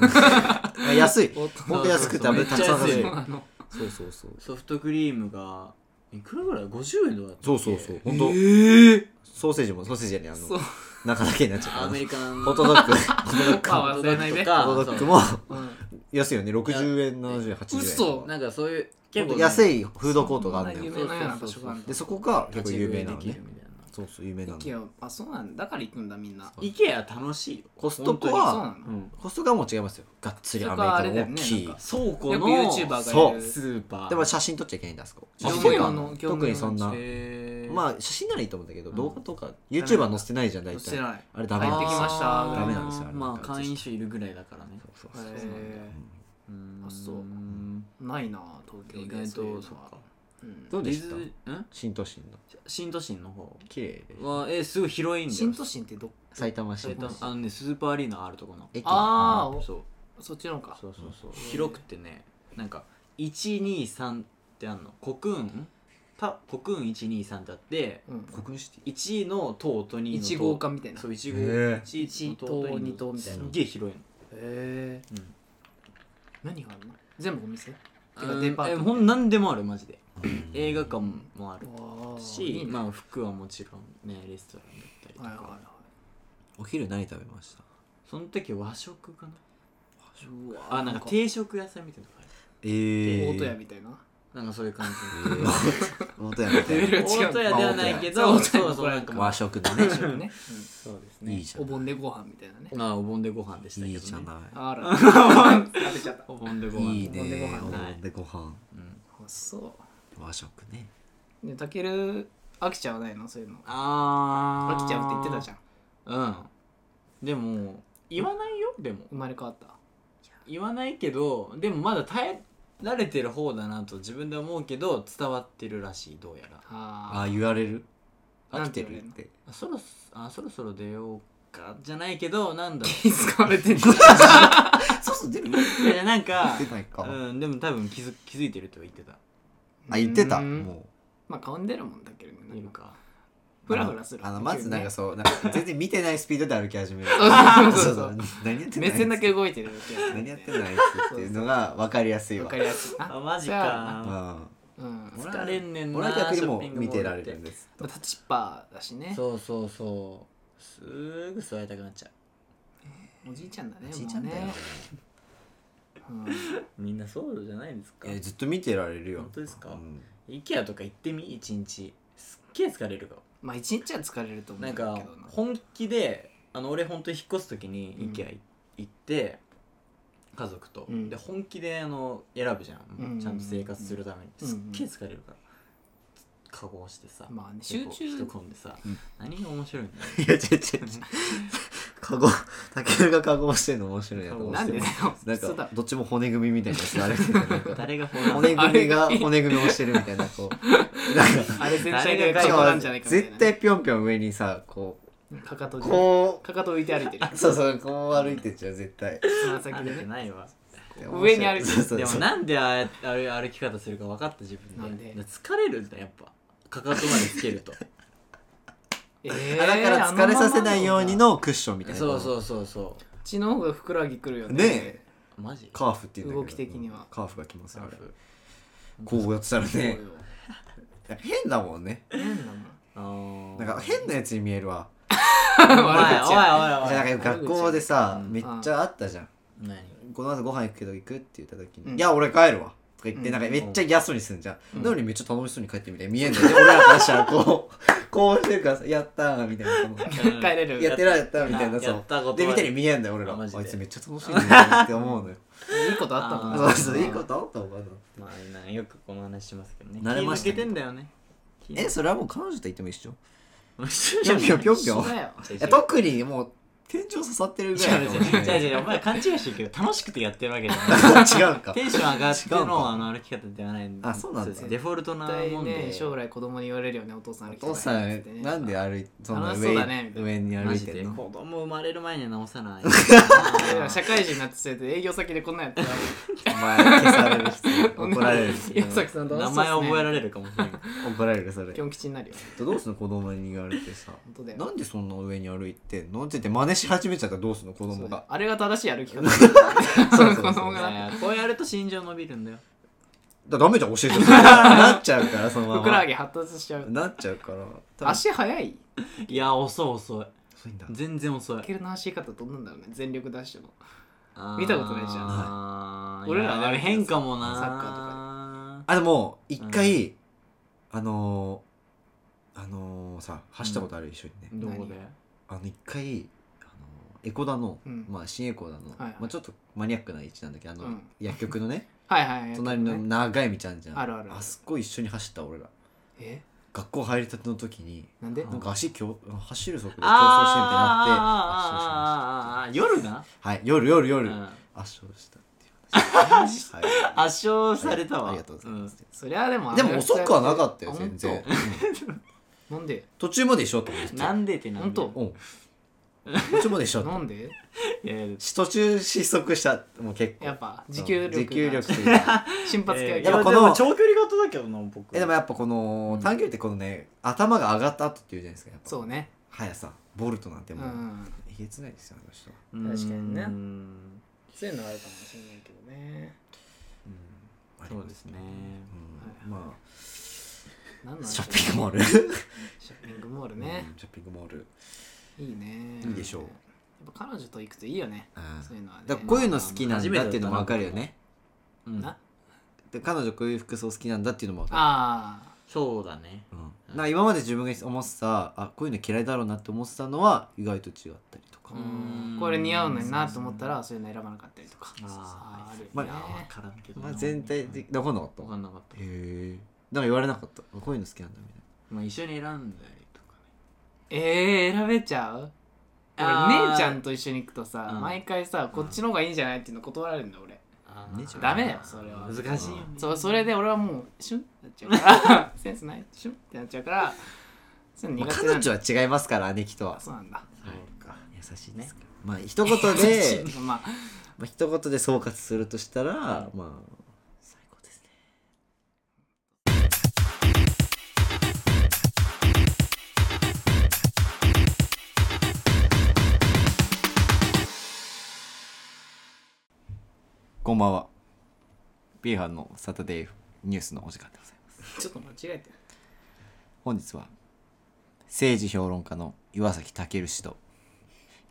S2: 安い
S1: おっと
S2: ほんと安く食べ
S3: めっ
S2: る
S3: ちゃ
S2: たくさん食べ
S3: 安
S2: る
S3: い
S1: そうなの
S2: そうそうそう
S3: ソフトクリームがいくらぐらい50円とかだったっけ
S2: そうそうそう本当、ソーセージもソーセージやねあ
S1: そう
S2: の中だけになっちゃう
S3: アメリカ
S2: (laughs)
S3: ン
S2: ホットドッグホットドッグ
S1: あ忘れないで
S3: とか
S2: ホットドッグ
S3: そう
S2: も
S1: うん
S2: 安いよね60円70円80円
S1: 嘘
S3: なんかそういう
S2: 結
S3: 結構
S2: 構
S3: ね
S2: 安いフードコートがある
S1: そ
S2: の
S1: んな有名
S2: よ
S1: なような場所があるん
S2: で
S1: だ
S2: そこが結構
S3: 立ち
S2: 有
S3: 食
S2: 名な
S3: いで
S2: の
S3: きる
S2: ね
S3: みたいな
S2: そうそう有名なの
S1: IKEA あそうなんだだから行くんだみんな
S2: そう
S3: イケア楽しいよ
S2: コストコ
S1: そう
S2: は
S1: なの
S3: 本
S2: コストコはもう違いますよがっつりアメリカの大きい、
S1: そこはあれだよねなんかよく
S3: 当にうん倉庫の
S1: YouTuber がい
S2: そ
S1: る
S2: う
S3: スーパー
S2: でも写真撮っちゃいけないんだあそこ
S1: あ
S2: 写真
S1: そう
S2: と
S1: な
S2: か
S1: の
S2: 特にそんな
S3: へー
S2: まあ写真ならいいと思うんだけど、
S3: うん
S2: 動画とか YouTuber 載せてないじゃん
S1: 載
S2: 大
S1: せ
S2: 体
S1: てない
S2: あれダメなん
S1: 入
S2: で
S1: っ
S2: す
S1: て
S2: よ
S1: きました
S3: あー
S1: ぐらい
S2: ダメなんですよあれ
S3: まあ会員数いるぐらいだからね
S2: そうそうそう
S1: へ
S3: え
S1: あそう
S3: うん
S1: ないな東京
S3: 意
S1: で
S3: 外
S1: そういうの
S3: と
S1: は
S3: そっか
S1: うん
S2: どうでした
S3: ディズん
S2: 新都心の
S3: 新都心の方
S2: 綺麗で
S3: はえすごい広いんだよ
S1: 新都心ってど
S2: 埼玉市
S3: 埼
S2: の
S3: 玉あのねスーパーアリーナあるとこの
S2: 駅
S1: あーお
S3: そう
S1: そっちのか
S3: そうそうそう
S1: うん
S3: 広くてねなんか123ってあんの国運パ国運123ってあって
S1: うん
S2: うん国分シティ
S3: 1の塔と2の
S1: 1号館みたいな
S3: そ
S1: へ
S3: う1号
S2: へー
S3: 1
S1: 一
S3: と
S1: 棟二
S3: 2
S1: 棟
S3: と
S1: み
S3: み
S1: た
S3: た
S1: い
S3: い
S1: な
S3: なすっげえ広いの
S1: え
S3: うん
S1: 何があるの全部お店てか
S3: うん
S1: デパート
S3: えほん何でもあるマジで
S2: うん
S3: 映画館もある
S1: わあ
S3: し
S1: いいね
S3: まあ服はもちろんねレストランだったりとか、
S1: はいはいはい
S2: お昼何食べました
S3: その時和食かな
S1: うわ
S3: あなんか定食屋さんみたいなのがある
S2: ええ
S1: 大戸屋みたいな
S3: なんかそういう感じ
S2: 元
S1: (laughs)
S2: 山みたい
S1: レベル
S2: な
S1: が違う
S3: 大戸屋ではないけ
S1: まあ
S3: ど
S1: 大戸屋
S3: そうそうなんか
S1: 大
S2: 和食
S1: (laughs)
S2: だね
S1: 一緒にね
S3: そうです
S2: いいじゃ
S1: お
S2: ん
S1: 盆でご飯みたいなね
S3: まあお盆でご飯でした
S2: い
S3: け
S2: いじ
S3: ど
S2: ゃ
S3: ね
S2: な
S1: あら食べちゃった
S3: お盆でご飯
S2: いいいね
S1: お
S3: 盆でご飯
S2: お盆でご飯
S3: うん
S1: そ
S2: 和食ね
S1: うねたける飽きちゃわないのそういうの
S3: あ
S1: 飽きちゃうって言ってたじ
S3: ゃ
S1: ゃん
S3: んうんでも言わないよでも
S1: 生まれ変わった
S3: 言わないけどでもまだ耐えられてる方だなと自分で思うけど伝わってるらしいどうやら
S2: ああ
S1: あ
S2: 言われる
S1: な
S2: 飽
S1: ん
S2: き
S1: て
S2: て
S1: 言わ
S2: る
S1: れるの
S2: って
S3: あそろそあそろそろ出ようかじゃないけどなんだろ
S1: 気づかれてる
S2: そうそう出る
S3: ういやなん
S2: (laughs)
S3: か
S2: 出ないか
S3: うんでも多分気づ気づいてるとは言ってた
S2: あ言ってた
S1: うん
S2: も
S1: まあ顔に出るもんだけどねないん
S3: る
S1: か
S3: か
S1: フラフラす
S2: う
S1: る
S2: あのまずなんか
S1: 急
S2: そうなんか全然見てないスピードで歩き始める
S1: そうそうそうそう
S2: 何
S1: に
S2: やってん
S1: ね
S2: の
S1: 目線だ
S2: あ
S1: け
S2: い
S1: 動いてる
S2: つ何やってんのあいつっていうのが分かりやすいわ
S1: わかりやすいな
S3: あマジ
S1: そうやろな
S3: か
S2: うん
S1: うん
S2: 俺
S3: 疲れんねんな
S2: 俺は逆にも
S3: ショッピン
S2: う
S3: グモ
S2: 見
S3: ールって
S2: てられるんです
S1: まあ、タッチッパーだしね
S3: そうそうそうすーぐ座りたくなっちゃ
S1: おじいちゃんだね
S2: じいちゃんだよ
S1: もうね、
S3: うみんなそうじゃないですか
S2: えずっと見てられるよ
S3: 本当ですか
S2: うん
S3: イケアとか行ってみ一日すっげえ疲れるか
S1: うん、まあ一日は疲れると思う
S3: な
S1: け
S3: ん
S1: どな
S3: か本気であの俺本当に引っ越す時に
S1: うん
S3: IKEA 行って、家族と、
S1: うん
S3: で本気であの選ぶじゃん、
S1: うん
S3: ちゃんと生活するために、
S1: うん
S3: すっげえ疲れるから、加工してさ、
S1: まあね
S3: で
S1: 集
S3: こう
S1: 中
S3: 人混んでさ、
S2: うん
S3: 何が面白いんだよ
S2: いや違う違う違うカゴタケルがカゴをしてるの面白いなと思って
S1: なんでだよ
S2: な
S1: 普
S2: ん
S1: 通だ
S2: かどっちも骨組みみたいなやつで歩いてるなんか
S3: 誰
S1: (laughs)
S3: が本
S2: 骨
S1: あ
S2: 組
S1: れ
S2: みが骨組みをしてるみたいなこうなんか
S1: あれ全体
S3: 誰
S1: が外
S3: が
S2: し
S1: 交
S2: か
S1: なん
S2: も
S1: じゃないかみたいな
S2: 絶対ぴょんぴょん上にさこ
S1: かかと
S2: う
S1: じゃない
S2: こ
S1: かかと浮いて歩いてる
S2: うそうそうこう歩いてっちゃう絶対
S1: つま先
S3: 歩
S1: で
S3: いて
S1: ね
S3: ないわ
S1: 上に歩いてる
S2: そうそう
S3: でも
S2: そう
S3: なんであああれ歩き方するか分かった自分で
S1: なんで
S3: だから疲れるんだやっぱかかとまでつける
S2: (laughs)
S3: と
S1: え
S2: あ
S1: ー
S2: だから疲れさせないようにのクッションみたいな
S3: そうそううそうそ
S1: あのままなんだこっちの方がふくらはぎくるよね
S2: ねえ
S3: うマジ
S2: カーフっていうんだけど
S1: 動き的には
S2: カーフがきますよあれ
S3: フ
S2: こうやってたら
S1: そうよ
S2: ね (laughs) 変だもんね
S1: 変なもん (laughs)
S3: あー (laughs)
S2: なんか変なやつに見えるわ
S3: おいおいおい
S1: 悪口や
S3: おい
S2: じゃあなんか学校でさ
S3: うん
S2: めっちゃあったじゃん
S3: 何
S2: この後ご飯行くけど行くって言った時に「
S1: うん
S2: いや俺帰るわ」とか言っ
S1: う
S2: て
S1: ん
S2: なんかめっちゃ嫌そうにすんじゃん、
S1: うん
S2: なのにめっちゃ楽しそうに帰ってみたいに見えんだよね俺らからしたらこうこうしてるからさ「やったー」みたいなこ
S1: 帰れ
S2: の
S1: (laughs) る
S2: やってられたみたいな
S3: や
S2: そ
S3: やったこと
S2: うで見てに見えんだよ俺ら
S3: あ
S2: あ
S3: マ
S2: い
S3: ジで
S2: つめっちゃ楽しいんだよなって思うのよ
S1: いいことあったもん
S3: あ
S1: な
S2: そうそ
S3: ー
S2: ういいことあったのかな
S3: まあなんかよくこの話しますけどね
S2: 慣れました
S3: 気抜けてんだよね気抜
S2: えそれはもう彼女と言っても一緒
S3: け
S2: ぴょんぴょんぴょんぴ
S1: 一
S2: ょん
S1: 緒だよ
S3: 違う違う
S2: いや特にもう天井刺さってるぐらいかもしれない (laughs)
S3: 違う違うお前勘違いしてるけど楽しくてやってるわけじゃない
S2: 違うか
S3: テンション上がって
S2: 違うか
S3: のあの歩き方ではない
S2: あそうなんだ
S3: ですデフォルトな
S1: 絶
S3: も
S1: 対
S3: んで
S1: ね将来子供に言われるよねお父さん
S2: お
S1: 歩き方
S2: 父さ
S1: 変っつってね
S2: んなんで歩いそんな
S1: 楽しそう
S2: 上,、
S1: だねみたいな
S2: 上に歩
S3: マ
S2: い
S3: ジ
S2: て
S3: で
S2: ん
S3: 子
S2: の
S3: 供生まれる前には直さない
S1: いや社会人になってそれで営業先でこんなんやったら
S2: (laughs) お前消される人怒られる
S1: 岩崎さんと
S3: 名前覚えられるかもしれない
S2: 怒られるそれ
S1: ピョン吉になるよ
S2: (laughs) どうすんの子供に言われてさ
S1: 本当だよ
S2: なんでそんな上に歩いてんのって言って真似し始めちゃったらどうすんの子
S1: そ
S2: 供
S1: うだよ
S2: が
S1: あれが正しい歩き方
S2: そうそう
S1: 子
S2: そ
S1: 供
S2: う
S1: が
S2: (laughs) だ
S1: な
S3: ねこうやると心情伸びるんだよ
S2: だダメじゃん教えてもなっちゃうからそのまま
S1: ふくらはぎ発達しちゃう
S2: なっちゃうから多分
S1: 足速い
S3: いや遅い遅い
S2: 遅いんだ
S3: 全然遅い
S1: タケルの足方どんなんだろうね全力出しても見
S3: 見
S1: たことないじゃん
S3: ん
S1: 俺らは
S3: あれ変かもな
S1: サッカ
S2: あでも一回あのーあのーさ走ったことある一緒にね
S3: どこで
S2: あの一回あのエコダの、
S1: うん
S2: まあ、新エコダの、
S1: いはい
S2: まあ、ちょっとマニアックな位置なんだけどあの、
S1: うん
S2: 薬局のね
S1: はいはいはい
S2: 隣の長い道あるじゃん
S1: あるある
S2: そこ一緒に走った俺ら
S1: え
S2: 学校入りたての時に
S1: なんで
S2: なんか足きょ走る速度で競争してみたいになって圧勝しま
S3: あーあーあーあーあー夜な
S2: したはい夜夜夜、
S3: うん
S2: 圧勝した
S1: (laughs)
S2: っていう話はい
S3: 圧勝されたわ
S2: ありがとうございます、
S1: そりゃでも
S2: でも遅くはなかったよ
S1: あ
S2: 全然
S1: 本
S2: うん
S1: 当なんで
S2: 途中まで一緒だったもん普
S3: う
S2: 通
S3: んなんでってなんで
S1: ほんと
S2: うん途中まで一緒だった
S1: なんで
S3: いやいや
S2: 途中失速したもう結構
S1: やっぱ持久力が
S2: 持久力という
S1: (laughs)
S2: か
S1: 瞬発系
S3: えー
S1: が
S3: い
S2: やっぱ
S3: や
S2: こ
S3: こ
S2: の
S3: の長距離型だけどな僕
S2: えでもやっぱこの短距離ってこのね頭が上がった後っていうじゃないですかやっぱ
S1: そうね
S2: 速さボルトなんて
S1: う
S2: もう、
S1: ん
S2: えげつないですよあの人は、
S3: うん
S1: 確かにね
S3: うん
S1: そういうのはあるかもしれないけどね
S2: うん
S3: そうですね
S2: うんま
S1: なんなんだ
S2: あ
S1: ろう
S2: ショッピングモール
S1: ショッピングモールね
S2: うんショッピングモール
S1: いいね
S2: いいでしょう
S1: やっぱ彼女と行くといいよね
S2: うん
S1: そういうのはね
S2: だからこういうの好きなんだっていうのも分かるよね
S3: うん
S1: な
S2: で彼女こういう服装好きなんだっていうのも分か
S1: ああ
S3: そうだね
S2: る、うん、なんか今まで自分が思ってたあこういうの嫌いだろうなって思ってたのは意外と違ったりとか、
S3: う
S1: うんんこれ似合うのになと思ったらそういうの選ばなかったりとか
S3: あ
S1: あ
S3: あ
S1: ーあるよね、
S2: まあ
S3: いや分からんけどな
S2: まあ、全体的分かんなかった
S3: 分かんなかった
S2: へえなんか言われなかったこういうの好きなんだみたいな
S3: まあ一緒に選んだりとかね
S1: えー、選べちゃう
S3: あ
S1: 俺
S3: ー
S1: 姉ちゃんと一緒に行くとさ、
S3: うん
S1: 毎回さこっちの方がいいんじゃないっていうの断られるんだ俺、
S3: あ
S2: ね
S3: ー
S1: ダメだよそれは
S3: 難しいよね
S1: そうそれで俺はもうシュンってなっちゃうからセンスないシュンってなっちゃうからそういうの
S2: まあ
S1: 苦手
S2: 彼
S1: なんだ、
S2: 女は違いますから姉貴とは
S1: そうなんだ
S2: そうか優しいねまあ
S1: (laughs)
S2: 一言で、
S1: まあ
S2: まあ一言で総括するとしたら、まあ
S3: 最高ですね
S2: こんばんは B 班のサタデーニュースのお時間でございます
S1: ちょっと間違えてる
S2: 本日は政治評論家の岩崎武氏と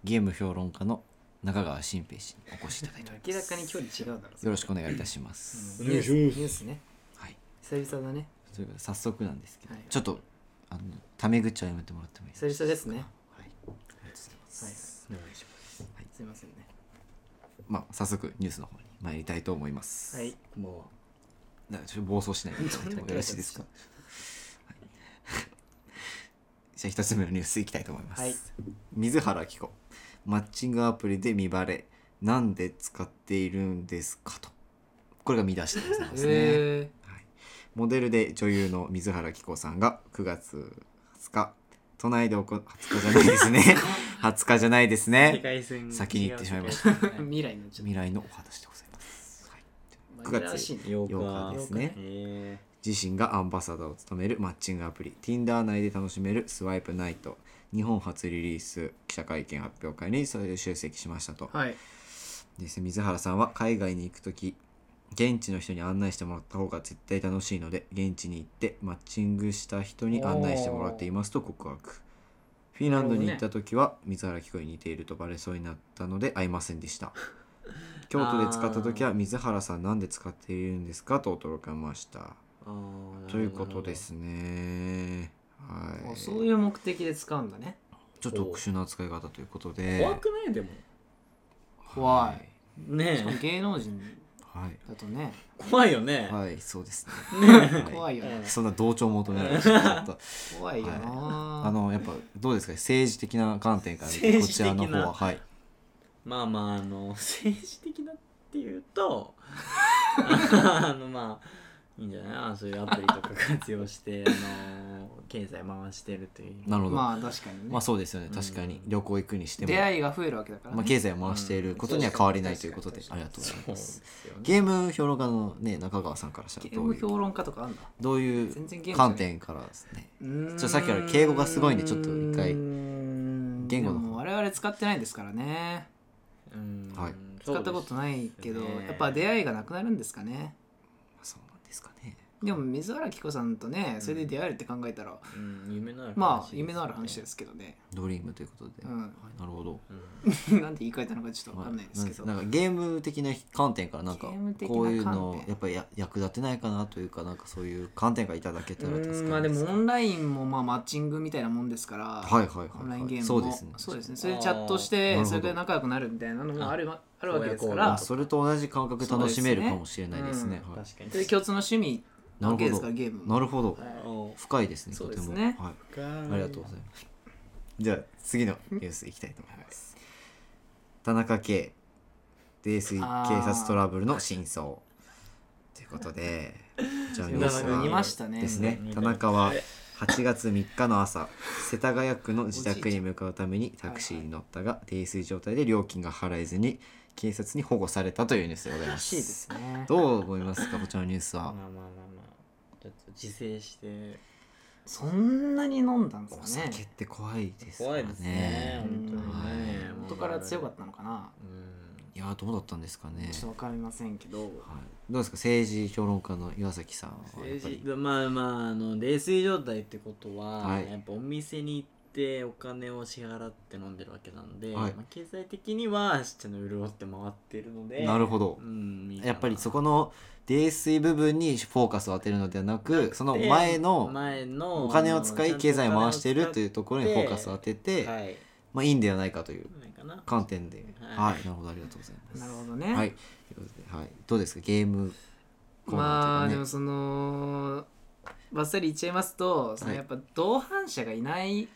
S2: ゲーム評論家の中川新平氏にお越しいただいて
S1: 明らかに距離違うだろそれ
S2: よろしくお願いいたします、
S1: うんニュース
S3: お願いします
S1: ニュースね
S2: はい
S1: 久々だね
S2: ということで早速なんですけど、
S1: はい
S2: ちょっとあのタメ口はやめてもらってもいいです
S1: 久
S2: か
S1: 々ですね
S2: はいありがとうございます、
S1: はい
S3: お願いします
S1: すいませんね
S2: まあ早速ニュースの方に参りたいと思います
S1: はい
S3: も
S2: なんかちょっと暴走しないでいただいてもよろしい
S3: (laughs)
S2: ですか。はいじゃあ一つ目のニュースいきたいと思います。
S1: はい
S2: 水原希子、マッチングアプリで見バレ、なんで使っているんですかと。これが見出しでございますね。
S1: え
S2: はい、モデルで女優の水原希子さんが9月20日、都内でおこ20日じゃないですね。20日じゃないです
S3: う
S2: ね。
S3: 界線
S2: 先に行ってしまいました
S1: ー、未来のちょっ
S2: 未来のお話でございます。はい
S1: と
S2: 9月
S1: らしいね
S3: よ
S2: 8日ですね。
S3: え
S2: 自身がアンバサダーを務めるマッチングアプリ Tinder 内で楽しめるスワイプナイト日本初リリース記者会見発表会に集積しましたと、
S1: はい
S2: ですね水原さんは海外に行く時現地の人に案内してもらった方が絶対楽しいので現地に行ってマッチングした人に案内してもらっていますと告白フィンランドに行った時は水原希子に似ているとバレそうになったので会いませんでした京都で使った時は水原さんなんで使っているんですかと驚かれましたということですね。は
S1: あ
S2: い。
S1: そういう目的で使うんだね
S2: ちょっと特殊な使い方ということで。
S3: 怖くないでも
S1: 怖いし
S3: ね
S1: かも芸能人
S2: はい。
S1: だとね
S3: (laughs) 怖いよね
S2: はい。はい、そうですね。
S1: (laughs) 怖いよね
S2: はいそんな同調求めら
S1: (laughs)
S2: れてしまった。
S1: 怖いよなー
S2: あの、やっぱ、どうですか政治的な観点から見て、こ
S3: 政治
S2: ち
S3: 的な
S2: らの方は。はい。
S3: まあまああの (laughs) 政治的なっていうと (laughs) あのまあいいんじゃないあのそういうアプリとか
S2: (laughs)
S3: 活用してあの経済回してるという
S2: なるほど。ま
S1: まあ確かにね、
S2: あ、そうですよね。確かに。旅行行くにしても
S1: 出、会いが増えるわけだから、ね
S2: まあ、経済を回していることには変わりないということで
S1: うん、
S2: ありがとうござい
S3: そう
S2: ま。
S3: ですすよね
S2: ゲーム評論家のね、中川さんからしたら
S1: ゲー
S2: どう
S1: ム
S2: いう、
S1: 評論家とかあんだ
S2: どうい
S1: 全然
S2: う
S1: ゲームじゃない
S2: 観点からですね。
S1: ち
S2: ょっとさっきから敬語がすごいんでちょっと一回言
S1: 言
S2: 語の方
S1: も我々使ってないですからね
S3: うん
S2: はい
S1: 使ったことないけど、
S3: そうですね
S1: やっぱ出会いがなくなるんですかね
S2: まあそうなんですかね。
S1: でも水原希子さんとねそれで出会えるって考えたら、
S3: うん夢のある話
S1: まあ夢のある話ですすけどね、
S2: ドリームということで。
S1: うん、
S2: なるほど。
S3: う
S1: (laughs)
S3: ん
S1: なんて言い換えたのかちょっと分かんないですけど、
S2: なんかゲーム的な観点からなんか
S1: ゲーム的な
S2: こういうの
S1: 観点
S2: やっぱりや役立てないかなというかなんかそういう観点がいただけたら助か
S1: う
S2: る
S1: んまあでもオ
S2: はい
S1: ンラインもまあマッチングみたいなもんですから、
S2: はいはい、はい、
S1: オンラインゲームも
S2: そうですね
S1: そうですねそれでチャットし
S2: あーなる
S1: て
S2: ほど
S1: それで仲良くなるみたいなのもあるわあるわけですか
S2: まあ
S1: ら
S2: それと同じ感覚で楽しめるかもしれないですね
S1: そ
S2: はい (laughs)
S3: 確かに
S1: それで共通の趣味なわけですからゲームも
S2: なるほど
S3: はい
S2: 深いですね
S1: そう
S2: とて
S1: です
S2: も、
S1: ね
S2: はい、
S3: あ
S2: ありがとうございますじゃあ次のニュースいきたいと思います田中圭泥酔警
S1: あー
S2: 察トラブルの真相ということで
S1: (laughs)
S2: じゃあニュース
S3: 見
S2: は
S3: ま
S1: したね
S2: ですね田中は8月3日の朝世田谷区の自宅に向かうためにタクシーに乗ったが泥酔状態で料金が払えずに警察に保護されたというニュースでございま
S1: ら
S2: す
S1: しいですね
S2: どう思いますかこちらのニュース
S3: まあ
S2: は
S3: まあまあまあちょっと自制して
S1: そんなに飲んだんで
S2: お
S1: すかね
S2: 酒って怖いですか
S3: 怖
S2: ら
S3: いですね本当にね
S1: うん元から強かったのかな、
S3: うん
S2: いやーどうだったんですかね
S1: ちょっとわかりませんけど
S2: はい、どうですか政治評論家の岩崎さんはやっぱ
S3: 政
S2: り
S3: 治まあまああの泥酔状態ってことは、
S2: はい
S3: やっぱお店に行っってお金を支払って飲んでるわけなんで、
S2: はい
S3: まあ、経済的にはちっちゃな潤って回ってるので
S2: なるほど
S3: うん、いいかな
S2: やっぱりそこの泥酔部分にフォーカスを当てるのではなくその
S3: で
S2: 前の
S3: 前の
S2: お金を使い経済を回しているといううところにフォーカスを当てて、
S3: はい
S2: まあ、いいんではないかという
S3: ないかな
S2: 観点で、
S3: は
S2: はいい、なるほどありがとうございます。
S1: なるほどね、
S2: はい、ということで、はい、どうですかゲームコー
S1: ま
S2: ナ
S1: あ
S2: ーと
S1: で
S2: いうか
S1: もそのバッサリ言っちゃいますとその
S2: はい
S1: やっぱ同伴者がいない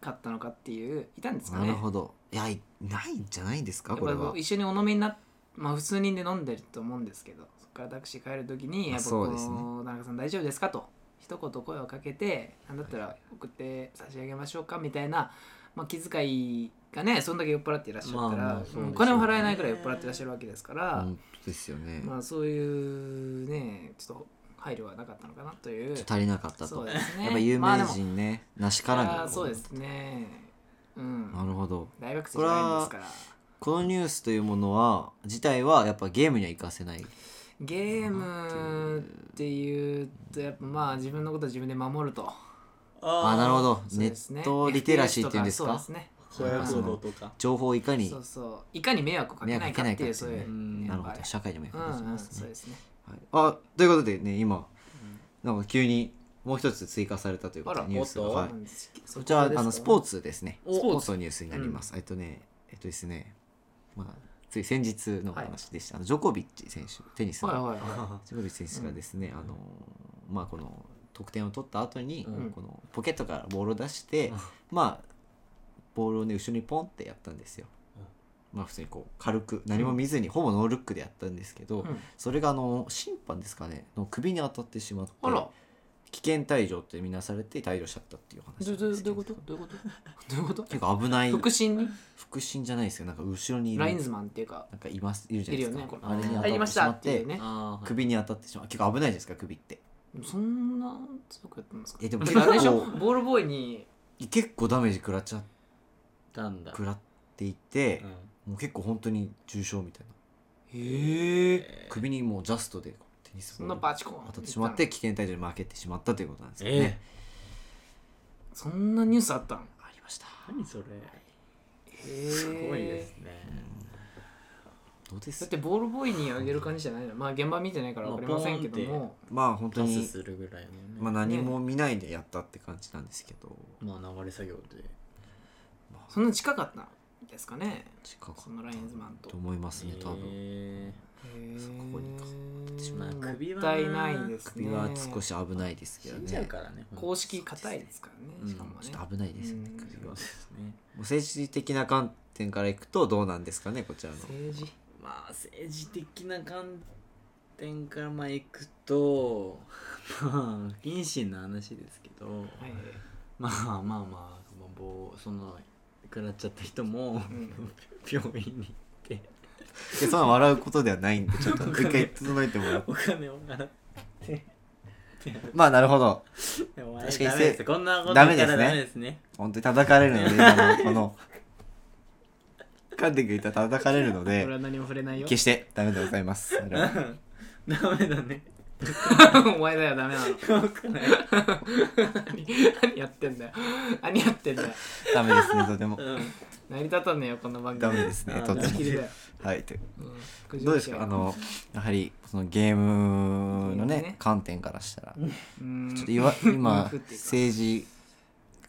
S1: かったのかっていういたんですか
S2: ね。
S1: ね
S2: なるほど。いやいないんじゃないんですかこれ
S1: やっぱ
S2: は
S1: こう。一緒にお飲みになっまあ普通人で飲んでると思うんですけどそこからタクシー帰る時に
S2: あ
S1: やっぱこ
S2: そうですね
S1: う田中さん大丈夫ですか?」と一言声をかけて「なんだったら送って差し上げましょうか」みたいな、まあ、気遣いがねそんだけ酔っ払っていらっしゃったら、
S3: まあまあそうですよね
S1: お金を払えないくらい酔っ払っていらっしゃるわけですから、
S2: 本当ですよね。
S1: まあそういうねちょっと配慮はなかったのかなという
S2: ちょっと足りなかった
S1: そ
S2: と。
S1: う
S2: や
S1: ですね
S2: っぱ有
S1: まあで
S2: 名
S1: も
S2: 人ね、なし
S1: いや
S2: から
S1: ー
S2: ぬ。
S1: そうですねうん
S2: なるほど。
S1: 大学生じゃないんですから
S2: このニュースというものは自体はやっぱゲームには活かせない。
S1: ゲームっていうとやっぱまあ自分のことを自分で守ると
S2: あなるほど。
S1: そう
S2: ネ
S1: ですね
S2: ットリテラシーっていうんですか。
S1: FPS とそうですね
S3: 小屋行動とか
S2: 情報をいかに
S1: そうそういかに迷惑をかけないかっていう
S2: 迷惑かけないかっていうね
S1: そういう
S3: うん
S2: なるほ
S1: やっぱ
S2: ど社会にも役
S1: りうん
S2: 立ち
S1: う
S2: ま
S1: んそ
S2: す
S1: う
S2: ね
S1: で。すね
S2: はい、あということでね今なんか急にもう一つ追加されたということ
S1: あら
S2: でニュースが
S3: おっと
S2: はい。
S1: そ
S2: こちらあ
S1: ですか
S2: のスポーツですね。
S1: お
S2: スポーツのニュースになります。えっとね、えっとですね、まあつい先日のお話でした。あのジョコビッチ選手、テニスの、
S1: はいはいは
S2: ジョコビッチ選手がですね、あのまあこの得点を取った後に、
S3: うん
S2: このポケットからボールを出して、
S3: うん
S2: まあボールをね後ろにポンってやったんですよ。
S3: うん
S2: まあ普通にこう軽く何も見ずに、ほぼノールックでやったんですけ
S1: い
S2: ど、
S1: うん
S2: それがあの審判ですかねの首に当たってしまって
S1: あら
S2: 危険退場ってみなされて退場しちゃったっていう話
S1: どど
S2: なん
S1: どうい
S2: です
S1: う
S2: (laughs) けど
S1: ことどういうことどういうこと
S2: 結構危ない
S1: (laughs) 腹心に
S2: 腹心じゃないですよなんか後ろにいる
S1: ラインズマンっていうか
S2: なんかいますいるじゃ
S1: い
S2: ない
S1: る
S2: で
S1: よ
S2: すか
S1: ねこれ
S2: あれに当
S1: 入り
S2: た
S1: ま
S2: って
S1: し
S2: しま
S1: た
S2: っ
S1: ってい
S2: て
S1: うね
S3: あー
S2: 首に当たってしまう結構危ないじゃないですか首って
S1: そんな強くやってますか
S2: えでも
S1: て
S2: 結
S1: かあれでしょ
S2: 構
S1: ボールボーイに
S2: 結構ダメージ食らっちゃ
S3: たんだ
S2: 食らっていて
S3: う、ん
S2: もう結構本当に重傷みたい
S1: へえ
S2: な首にもうジャストでこうテニス
S1: そんな
S2: ボール
S1: バチコン
S2: 当たってしまって危険退場に負けてしまったということなんですよ
S3: え
S2: ね、
S1: そんなニュースあったん
S2: ありました
S3: ー何それ
S1: す
S3: すごいですね
S2: どうです
S1: だってボールボーイにあげる感じじゃないのまあ現場見てないから分かりませんけども、
S2: まあ本当
S3: パス
S2: に
S3: するぐらいのね
S2: まあ何も見ないでやったって感じなんですけど、
S3: まあ流れ作業で
S1: そんな近かったんですかね
S2: 近かった
S1: そのラインズマンと
S2: と思いますね多分、
S3: え
S2: そこにか
S1: へー
S3: まあ首
S1: も
S3: は
S1: った
S3: な
S1: いないですね
S2: 首は少し危ないですけ
S3: ー
S2: ど
S3: 死ん
S2: ね
S3: じゃうからね
S1: 公式硬いですから
S2: うん
S1: ね
S2: ち
S1: しかもね
S2: ょっと危ないですよね
S1: うん
S2: 首は
S3: そう
S2: も
S3: ですね
S2: う政治的な観点からいくとどうなんですかねこちらの
S1: 政治
S3: まあ政治的な観点からまあいくと (laughs) まあ不謹慎な話ですけど、
S1: はい
S3: まあまあまあまあ棒その食らっちゃった人も、 (laughs)
S1: ん
S3: 病院に行って
S2: いやそんな笑うことではないん
S1: (laughs)
S2: でちょっと一回整えてもらって
S3: お金を払って
S2: まあなるほど
S3: お前
S2: 確かに
S3: ダ
S2: せ
S3: メですこんなこと
S2: ダメですね
S3: 言ったらダメですね
S2: 本当に叩かれるので今のこの噛んでくれたら叩かれるの
S1: 俺
S2: で
S1: は何も触れないよ
S2: 決してダメでございますそれは
S3: ダメだね
S1: (laughs) お前だよダメなの
S3: よくない
S1: 何何やってんだよ何やってんだよ
S2: ダメですねとても
S3: うん
S1: 成り立たねえよこの番組
S2: ダメですね
S3: あー
S2: とて
S1: 打ち切りだ
S2: も
S1: よ、
S2: はいと
S1: うん
S2: どうですかあのやはりそのゲームの
S1: ゲーム
S2: ね
S1: ね
S2: 観点からしたら
S1: うん
S2: ちょっといわ
S1: (laughs)
S2: 今
S1: ふっていうか
S2: 政治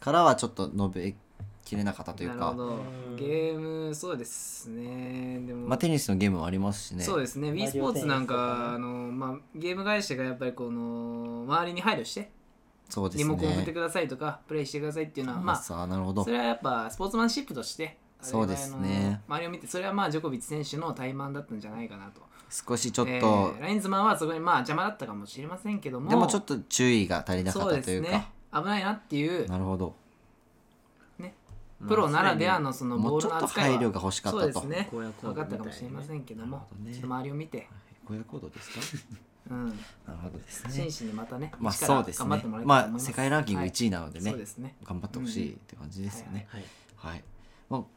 S2: からはちょっと述べきれなかったという
S1: なる
S2: か
S1: ほ、ど
S3: うん
S1: ゲームそうですねでも、
S2: まあ、テニスのゲームもありますしね
S1: そうですね w
S3: リ
S1: e
S3: オ
S1: スポーツなんか
S3: テニスとかね
S1: あの、まあ、ゲーム会社がやっぱりこの周りに配慮して
S2: そうです
S1: リ
S2: ね
S1: モコンを振ってくださいとかプレイしてくださいっていうのはま
S2: さあなるほ
S1: あ
S2: ど
S1: それはやっぱスポーツマンシップとしてあれぐらいの
S2: そうですね
S1: 周りを見てそれはまあジョコビッチ選手の怠慢だったんじゃないかなと
S2: 少しちょっと、
S1: えーラインズマンはそこにまあ邪魔だったかもしれませんけども
S2: でもちょっと注意が足りなか
S1: そ
S2: っ
S1: う
S2: た
S1: で
S2: とい
S1: す
S2: うか
S1: ね危ないなっていう
S2: なるほど
S1: プロならではのその
S2: も
S1: ボ
S2: う
S1: ー
S2: ち
S1: ル
S2: ょ
S1: の
S2: っと
S1: 扱い
S2: 配
S1: は
S2: 慮が欲しかったと
S1: そうですね
S3: 荒野行動
S1: 分かっ
S3: みたいにね
S1: たかもしれませんけど
S2: な
S1: も
S2: るほどね
S1: ちょっと周りを見て、
S2: 親行動ですか
S1: うん、
S2: なるほどです
S1: 真
S2: ね
S1: 摯にまたね、
S2: まあ
S1: 一から
S2: そうです
S1: 頑張っ
S2: ね
S1: てもらいたいと
S2: ま
S1: 思い
S2: あ
S1: ます
S2: 世界ランキング
S1: はい
S2: 1位なのでね、
S1: そうですね。
S2: 頑張ってほしいって感じですよね、
S3: はい
S2: はい、まあ、今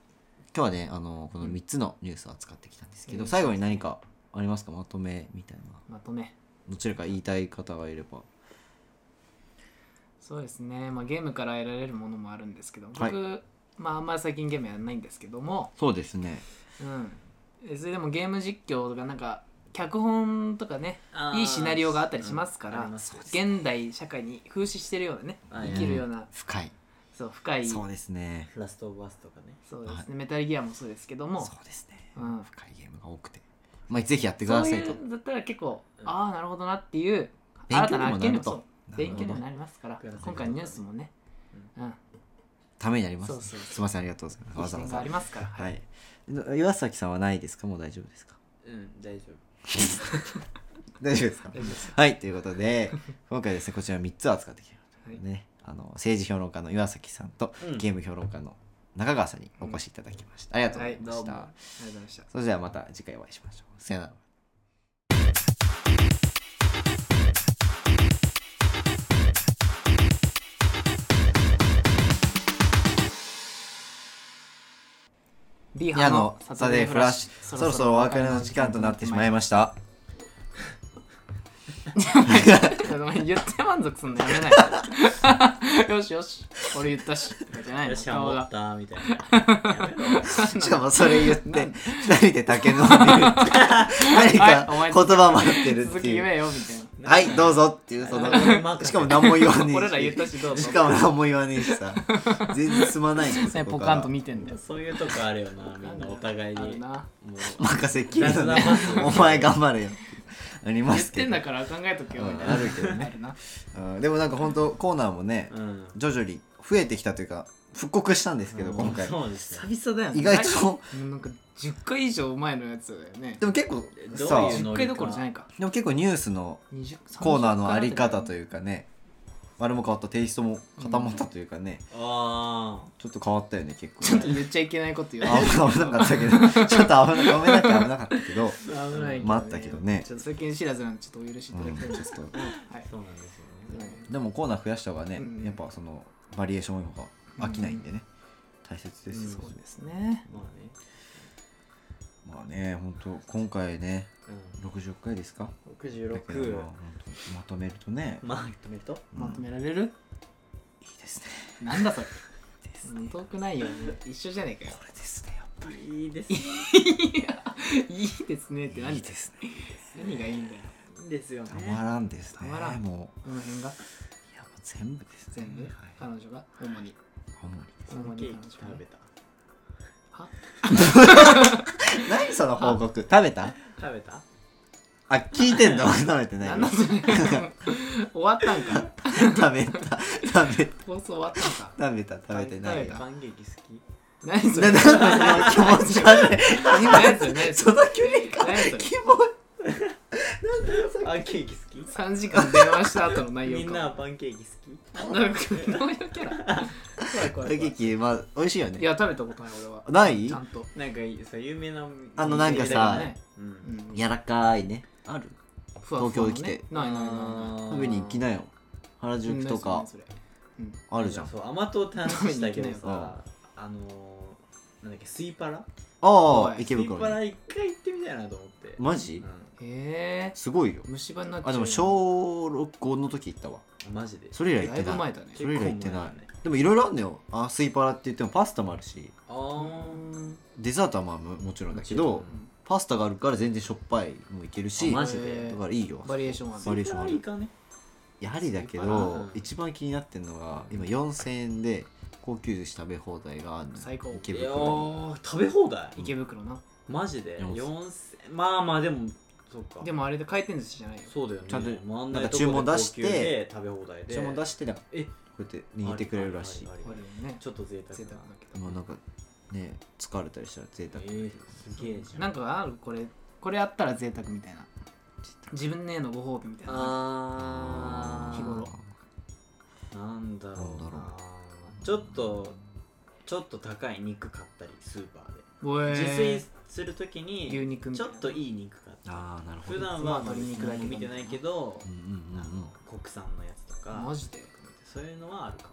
S2: 日はねあのこの3つのニュースを扱ってきたんですけ
S1: う
S2: ど、
S1: ん
S2: 最後に何かありますかまとめみたいな
S1: まとめ。
S2: どちらか言いたい方がいれば
S1: そうですね、まあ、ゲームから得られるものもあるんですけど僕、
S2: はい
S1: まああんまり最近ゲームやらないんですけども、
S2: そうですね
S1: うん、えそれでもゲーム実況とかなんか脚本とかね
S3: あー
S1: いいシナリオがあったりしますから、
S3: うんありますね
S1: 現代社会に風刺してるようなね
S3: はい
S1: 生きるような
S2: 深い
S1: そう深い
S2: そうですね
S3: ラストオブアスとかね
S1: そうですね、
S2: はい
S1: メタルギアもそうですけども
S2: そうですね
S1: うん
S2: 深いゲームが多くてまあぜひやってく
S1: そ
S2: だ
S1: う
S2: さ
S1: い
S2: いと
S1: うだったら結構、
S3: うん
S1: ああなるほどなっていう
S2: 勉
S1: 新
S2: 強
S1: た
S2: に
S1: な
S2: も
S1: 発
S2: な
S1: 見
S2: る
S1: も
S2: と
S1: そう勉強にも
S2: なるほど
S1: なりますから
S3: なるほど
S1: 今回のニュースもね、うん、
S2: ためになります
S1: そうそう
S2: すいませんありがとうございますわざわ
S1: 視点があ
S2: ざ
S1: りますから、
S2: は
S1: はい
S2: い岩崎さんはないですかもう大丈夫
S1: (laughs)
S2: ですか
S3: うん大丈夫
S2: 大丈夫ですか
S1: 大丈夫です
S2: はいということで今回ですねこちら3つを扱ってきましたね、あの政治評論家の岩崎さんと、
S3: うん
S2: ゲーム評論家の中川さんにお越しいただきました、ありがとうございました、
S3: はいどうも
S1: ありがとうございました
S2: それではまた次回お会いしましょうさよなら
S1: リ
S2: いやあのサタデーフラッシュそろそろお別れの時間となってしまいました
S1: した。お前言って満足すんのやめない。よしよし、俺言ったし。じゃない
S3: よ
S1: の
S3: しハモ
S1: 顔
S3: っ
S1: が。
S3: たみたいなやめろ
S1: (laughs)
S2: しかもそれ言って2人で竹飲んでる何か
S1: お前
S2: 言葉も合ってる
S1: (laughs)
S2: っ
S1: 続
S2: て
S1: き
S2: い
S1: 言
S2: う
S1: えよみたいな。
S2: はいどうぞってい
S1: (laughs)
S2: うそのしかも何も言わねえし
S1: 俺ら言ったしどうぞ
S2: しかも何も言わねえしさ全然進まないんです
S1: ね、ポカンと見てんだよ。
S3: そういうとこあるよなみんなお互い
S1: あ
S3: に
S1: る
S3: も
S1: な。
S3: う
S2: 任せっきりのね
S3: 雑なパス
S2: お前頑張れよありま
S1: 言っ
S2: すけ
S1: て
S2: ど
S1: んだから考えとけよみたいな。
S2: うんあるけど
S1: (laughs)
S2: ね
S1: あるな。
S2: うんでもなんか本当コーナーもね
S3: うん
S2: 徐々に増えてきたというか復刻したんですけど
S3: うん
S2: 今回
S3: そうですよ
S1: 久々だよね。
S2: 意外と
S1: なんか10回以上前のやつだよね
S2: で。も結構
S3: どう
S2: さ
S3: いうの
S1: 10回どころじゃないか。
S2: でも結構ニュースの
S1: 20
S2: コーナーのあり方と
S1: う。
S2: いうかねあれも変わったテイストも固まったというかね
S3: あ
S2: ちょっと変わったよね結構
S1: ちょっと言っちゃいけないこと言う。
S2: あ危なかったけどちょっと危なごめんなきゃ危なかったけど
S1: 危ないけど、ね。
S2: 待ったけどね
S1: ちょっと最近知らずなんで、ちょっとお許しいただきたいんですけど。
S2: う
S1: はい
S3: あ。そうなんですよね
S2: でもコーナー増やした方がね
S1: うん
S2: やっぱそのバリエーション多い方が飽きないんでね大切ですよ
S1: そうですね。
S3: まあね
S2: まあね本当今回ね60回ですか
S3: うん
S2: だけどまあ
S3: 66
S2: 本当まとめるとね
S3: まあ止めると
S2: うん
S1: まとめられる、
S2: いいですね
S1: なんだそれ。うん遠くないよ。一緒じゃねえかよ
S2: こ。れですねやっぱ
S3: いいですね
S1: いいですねって
S2: りい
S1: 何
S2: いですね
S1: 何がいいんだよ。
S3: いいですよね
S2: たまらんですね
S1: たまらん
S2: もう
S1: この辺が
S2: いやもう全部ですね
S1: 全部、
S2: はい
S1: 彼女が主に。
S2: ほんまに
S1: 主に
S3: ケ
S1: 彼
S3: ー
S1: 女
S3: キ食
S1: がね。
S3: べた
S1: は
S2: 何その報告食べた
S3: 食べた
S2: あ聞いて
S1: (laughs)
S2: んの食べて
S1: な
S2: な
S1: いんだそ
S2: (laughs)
S1: れ。終わったんか。
S2: 食べた食べ
S1: 放送終わったんか。
S2: 食べた食べてないよ
S3: パンケーキ好き
S1: 何そ
S2: な
S1: れ。
S2: なんかその気持ち悪い
S1: 何それ。何
S2: 今
S1: そ
S2: そ
S1: れ。
S2: の距離感
S1: 何それ
S2: 気持ち
S3: パンケーキ好き
S1: 3時間電話した後の内容
S3: み
S1: か。
S3: んなはパンケーキ好き
S1: なんか (laughs) どういうキャラ怖い怖
S2: パン
S1: い怖
S2: ケ
S1: い
S2: ーキまあ美味しいよ
S1: い
S2: ね
S1: や食べたことない俺は
S2: ない
S1: ちゃ
S2: 柔
S1: んと、
S3: なんかさ有名な
S2: あのなんかさ
S1: ね
S3: うん
S1: うん、
S2: らかいねある
S1: ふわふわのね
S2: 東京に来て
S1: ないないないない
S2: 食べに行きなよ原宿とか
S1: それうん
S2: あるじゃんあ
S3: そう甘党って話したけ
S1: 食べに行き
S3: ど
S2: なよ
S3: さあのーなんだっけスイパラ
S2: あー
S1: い
S2: 池
S3: スイパ
S2: 袋
S3: ラ
S2: に
S3: 一回行ってみたいなと思って
S2: マジ
S3: う
S1: へえ
S2: すごいよ
S1: 虫歯になっちゃう
S2: あでも小6の時行ったわ
S3: んマジで
S2: それ以来行
S1: だ
S2: っ
S1: い
S2: て
S1: ぶ
S2: な
S1: 前
S2: い
S1: だね
S2: それ以来行って
S3: 結構
S2: な
S3: 前だね
S2: いでもいろいろあるんだよあスイパラって言ってもパスタもあるし
S3: あー
S2: デザートはまあももちろんだけ
S3: も
S2: ど
S3: ちろん
S2: パスタがあるから全然しょっぱいもいけるし
S3: あマ
S2: だ
S3: ジで
S1: へー
S2: からいいよ
S1: バリエーションあ
S2: バ
S1: る
S2: リエー
S3: スイ
S2: ション
S3: パ
S2: あ
S3: ラ
S2: る
S3: いいかね
S2: やはりだけ
S1: スイパラ
S2: ど
S3: うん
S2: 一番気になってるのが今4000円で高級寿司食べ放題があるのよ
S1: 最高
S2: 池
S3: いや
S2: 袋に
S3: ー食べ放題
S1: 池袋な
S3: マジで
S2: 4000
S3: 4000まあまあでもそっか
S1: でもあれで回転寿司じゃないよ
S3: そうだよね
S2: ちゃんと
S3: もうあん
S2: なんか
S3: とこ
S2: 注文
S3: で
S2: 出して
S3: 高級で食べ放題で
S2: 注文出
S3: し
S2: してなんか
S3: え
S2: こうやって握ってくれるらしい
S3: ありあ
S1: あ
S3: り
S1: れ
S3: あり
S1: ね
S3: ちょっと贅沢
S1: 贅沢だ
S3: な
S1: け
S2: もう
S1: ど
S2: なんかね疲れたりしたら贅沢
S3: えー、すげえじゃん
S1: なんかあるこれこれあったら贅沢みたいな自分へのご褒美みたいな
S3: あー
S1: 日頃
S3: なんだろうな
S2: なんだろ
S3: ちょっとちょっと高い肉買ったりスーパーで、
S1: おえ
S3: 自炊するとき
S1: 牛
S3: に
S1: 肉み
S3: ち
S1: たい
S3: ょっ
S1: な
S3: といい肉買ったり
S2: ああなるほ
S3: 普
S2: ど
S3: 段は
S1: まあ
S3: 鶏肉だけ見てないけど、
S2: うんうん
S3: あ
S2: うんうん
S3: の国産のやつとか
S1: マジで
S3: そういうのはあるか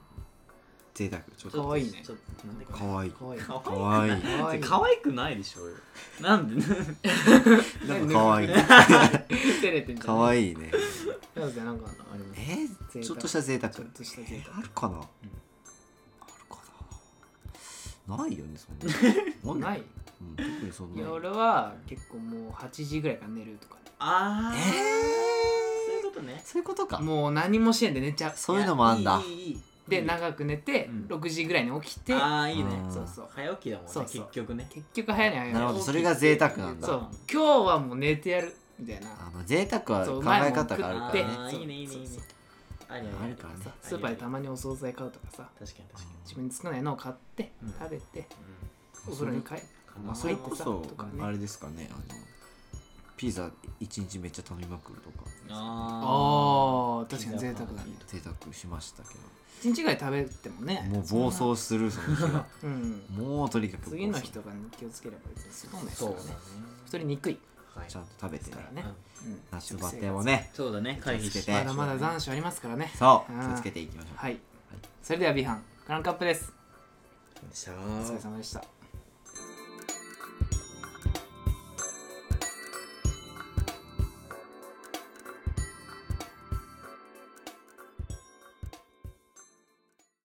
S2: 贅沢ちょっ
S3: も
S1: か
S2: と
S1: わいいね
S3: ちょっとなんだっけ
S2: かわいい
S1: かわいい
S3: か
S2: か
S3: わ
S2: わいい
S1: かわい
S3: い
S1: い
S3: かわいくないでしょうよなんで
S2: なんかかわいい
S1: 照れてんじゃん
S2: かわいいね
S1: やつでなんか
S3: あります
S2: え
S1: 贅沢
S2: ー、ちょっとした贅沢
S1: ちょっとした贅沢
S2: えーあるかな、あるかなないよね
S1: (laughs)
S2: そんなんで
S1: ない
S2: うん、特にそん
S1: い
S2: な
S1: や俺は結構もう8時ぐらいから寝るとか、
S3: あ
S2: え
S3: あ
S2: ー、
S3: そういうことね
S2: そういうことか
S1: もう何もしないで寝ちゃう
S2: そういうのもあんだ
S3: いやいいいいいい
S1: で長く寝て
S3: うん
S1: 6時ぐらいに起きて、
S3: ああいい
S2: あ
S3: ね
S2: ー
S1: そうそう
S3: 早起きだもんね
S1: そうそう
S3: 結局ね
S1: 結局早いね
S2: なる
S1: 早
S2: ほ
S1: い
S2: ど
S1: ね
S2: それが贅沢なんだ
S1: そう今日はもう寝てやるみたいな
S2: あまあ贅沢は
S1: そう
S2: 考
S1: う
S2: え
S1: まいもん
S2: 方がある
S3: あ
S2: か
S1: で
S2: らね
S1: 食っ
S3: ーいいねいいね
S1: そ
S3: いういね
S1: そう
S3: あり
S2: あるからね
S1: さスーパーでたまにお惣菜買うとかさ
S3: 確かに確かに
S1: 自分に作らないのを買って
S3: うん
S1: 食べて
S2: うん
S1: お風呂に帰って
S3: うん
S2: まあ、
S1: ー
S2: それこそ
S1: とかね
S2: あれですかねあのピザ一日めっちゃ頼みまくるとか
S3: あ
S1: あー確かに贅沢だね
S2: 贅沢しましたけど
S1: 1日ぐらい食べてもね
S2: もう暴走するその
S1: (laughs)
S2: 日は
S1: うん
S2: もうとにかく暴走
S1: 次の日とかに気をつければ別にそうですよね太りにくい
S3: はい
S2: ちゃんと食べて
S1: ですから
S2: ね
S1: ね
S3: うん
S1: うん
S2: ナッシュバテもね
S3: そうだね会議して
S2: 気をつけ
S1: ま
S2: て
S1: だまだ残暑ありますからね
S2: そう
S1: うん
S2: 気をつけていきましょう
S1: はいそれでは B 班クランクアップです
S3: 暑
S1: お疲
S3: い
S1: れ様でした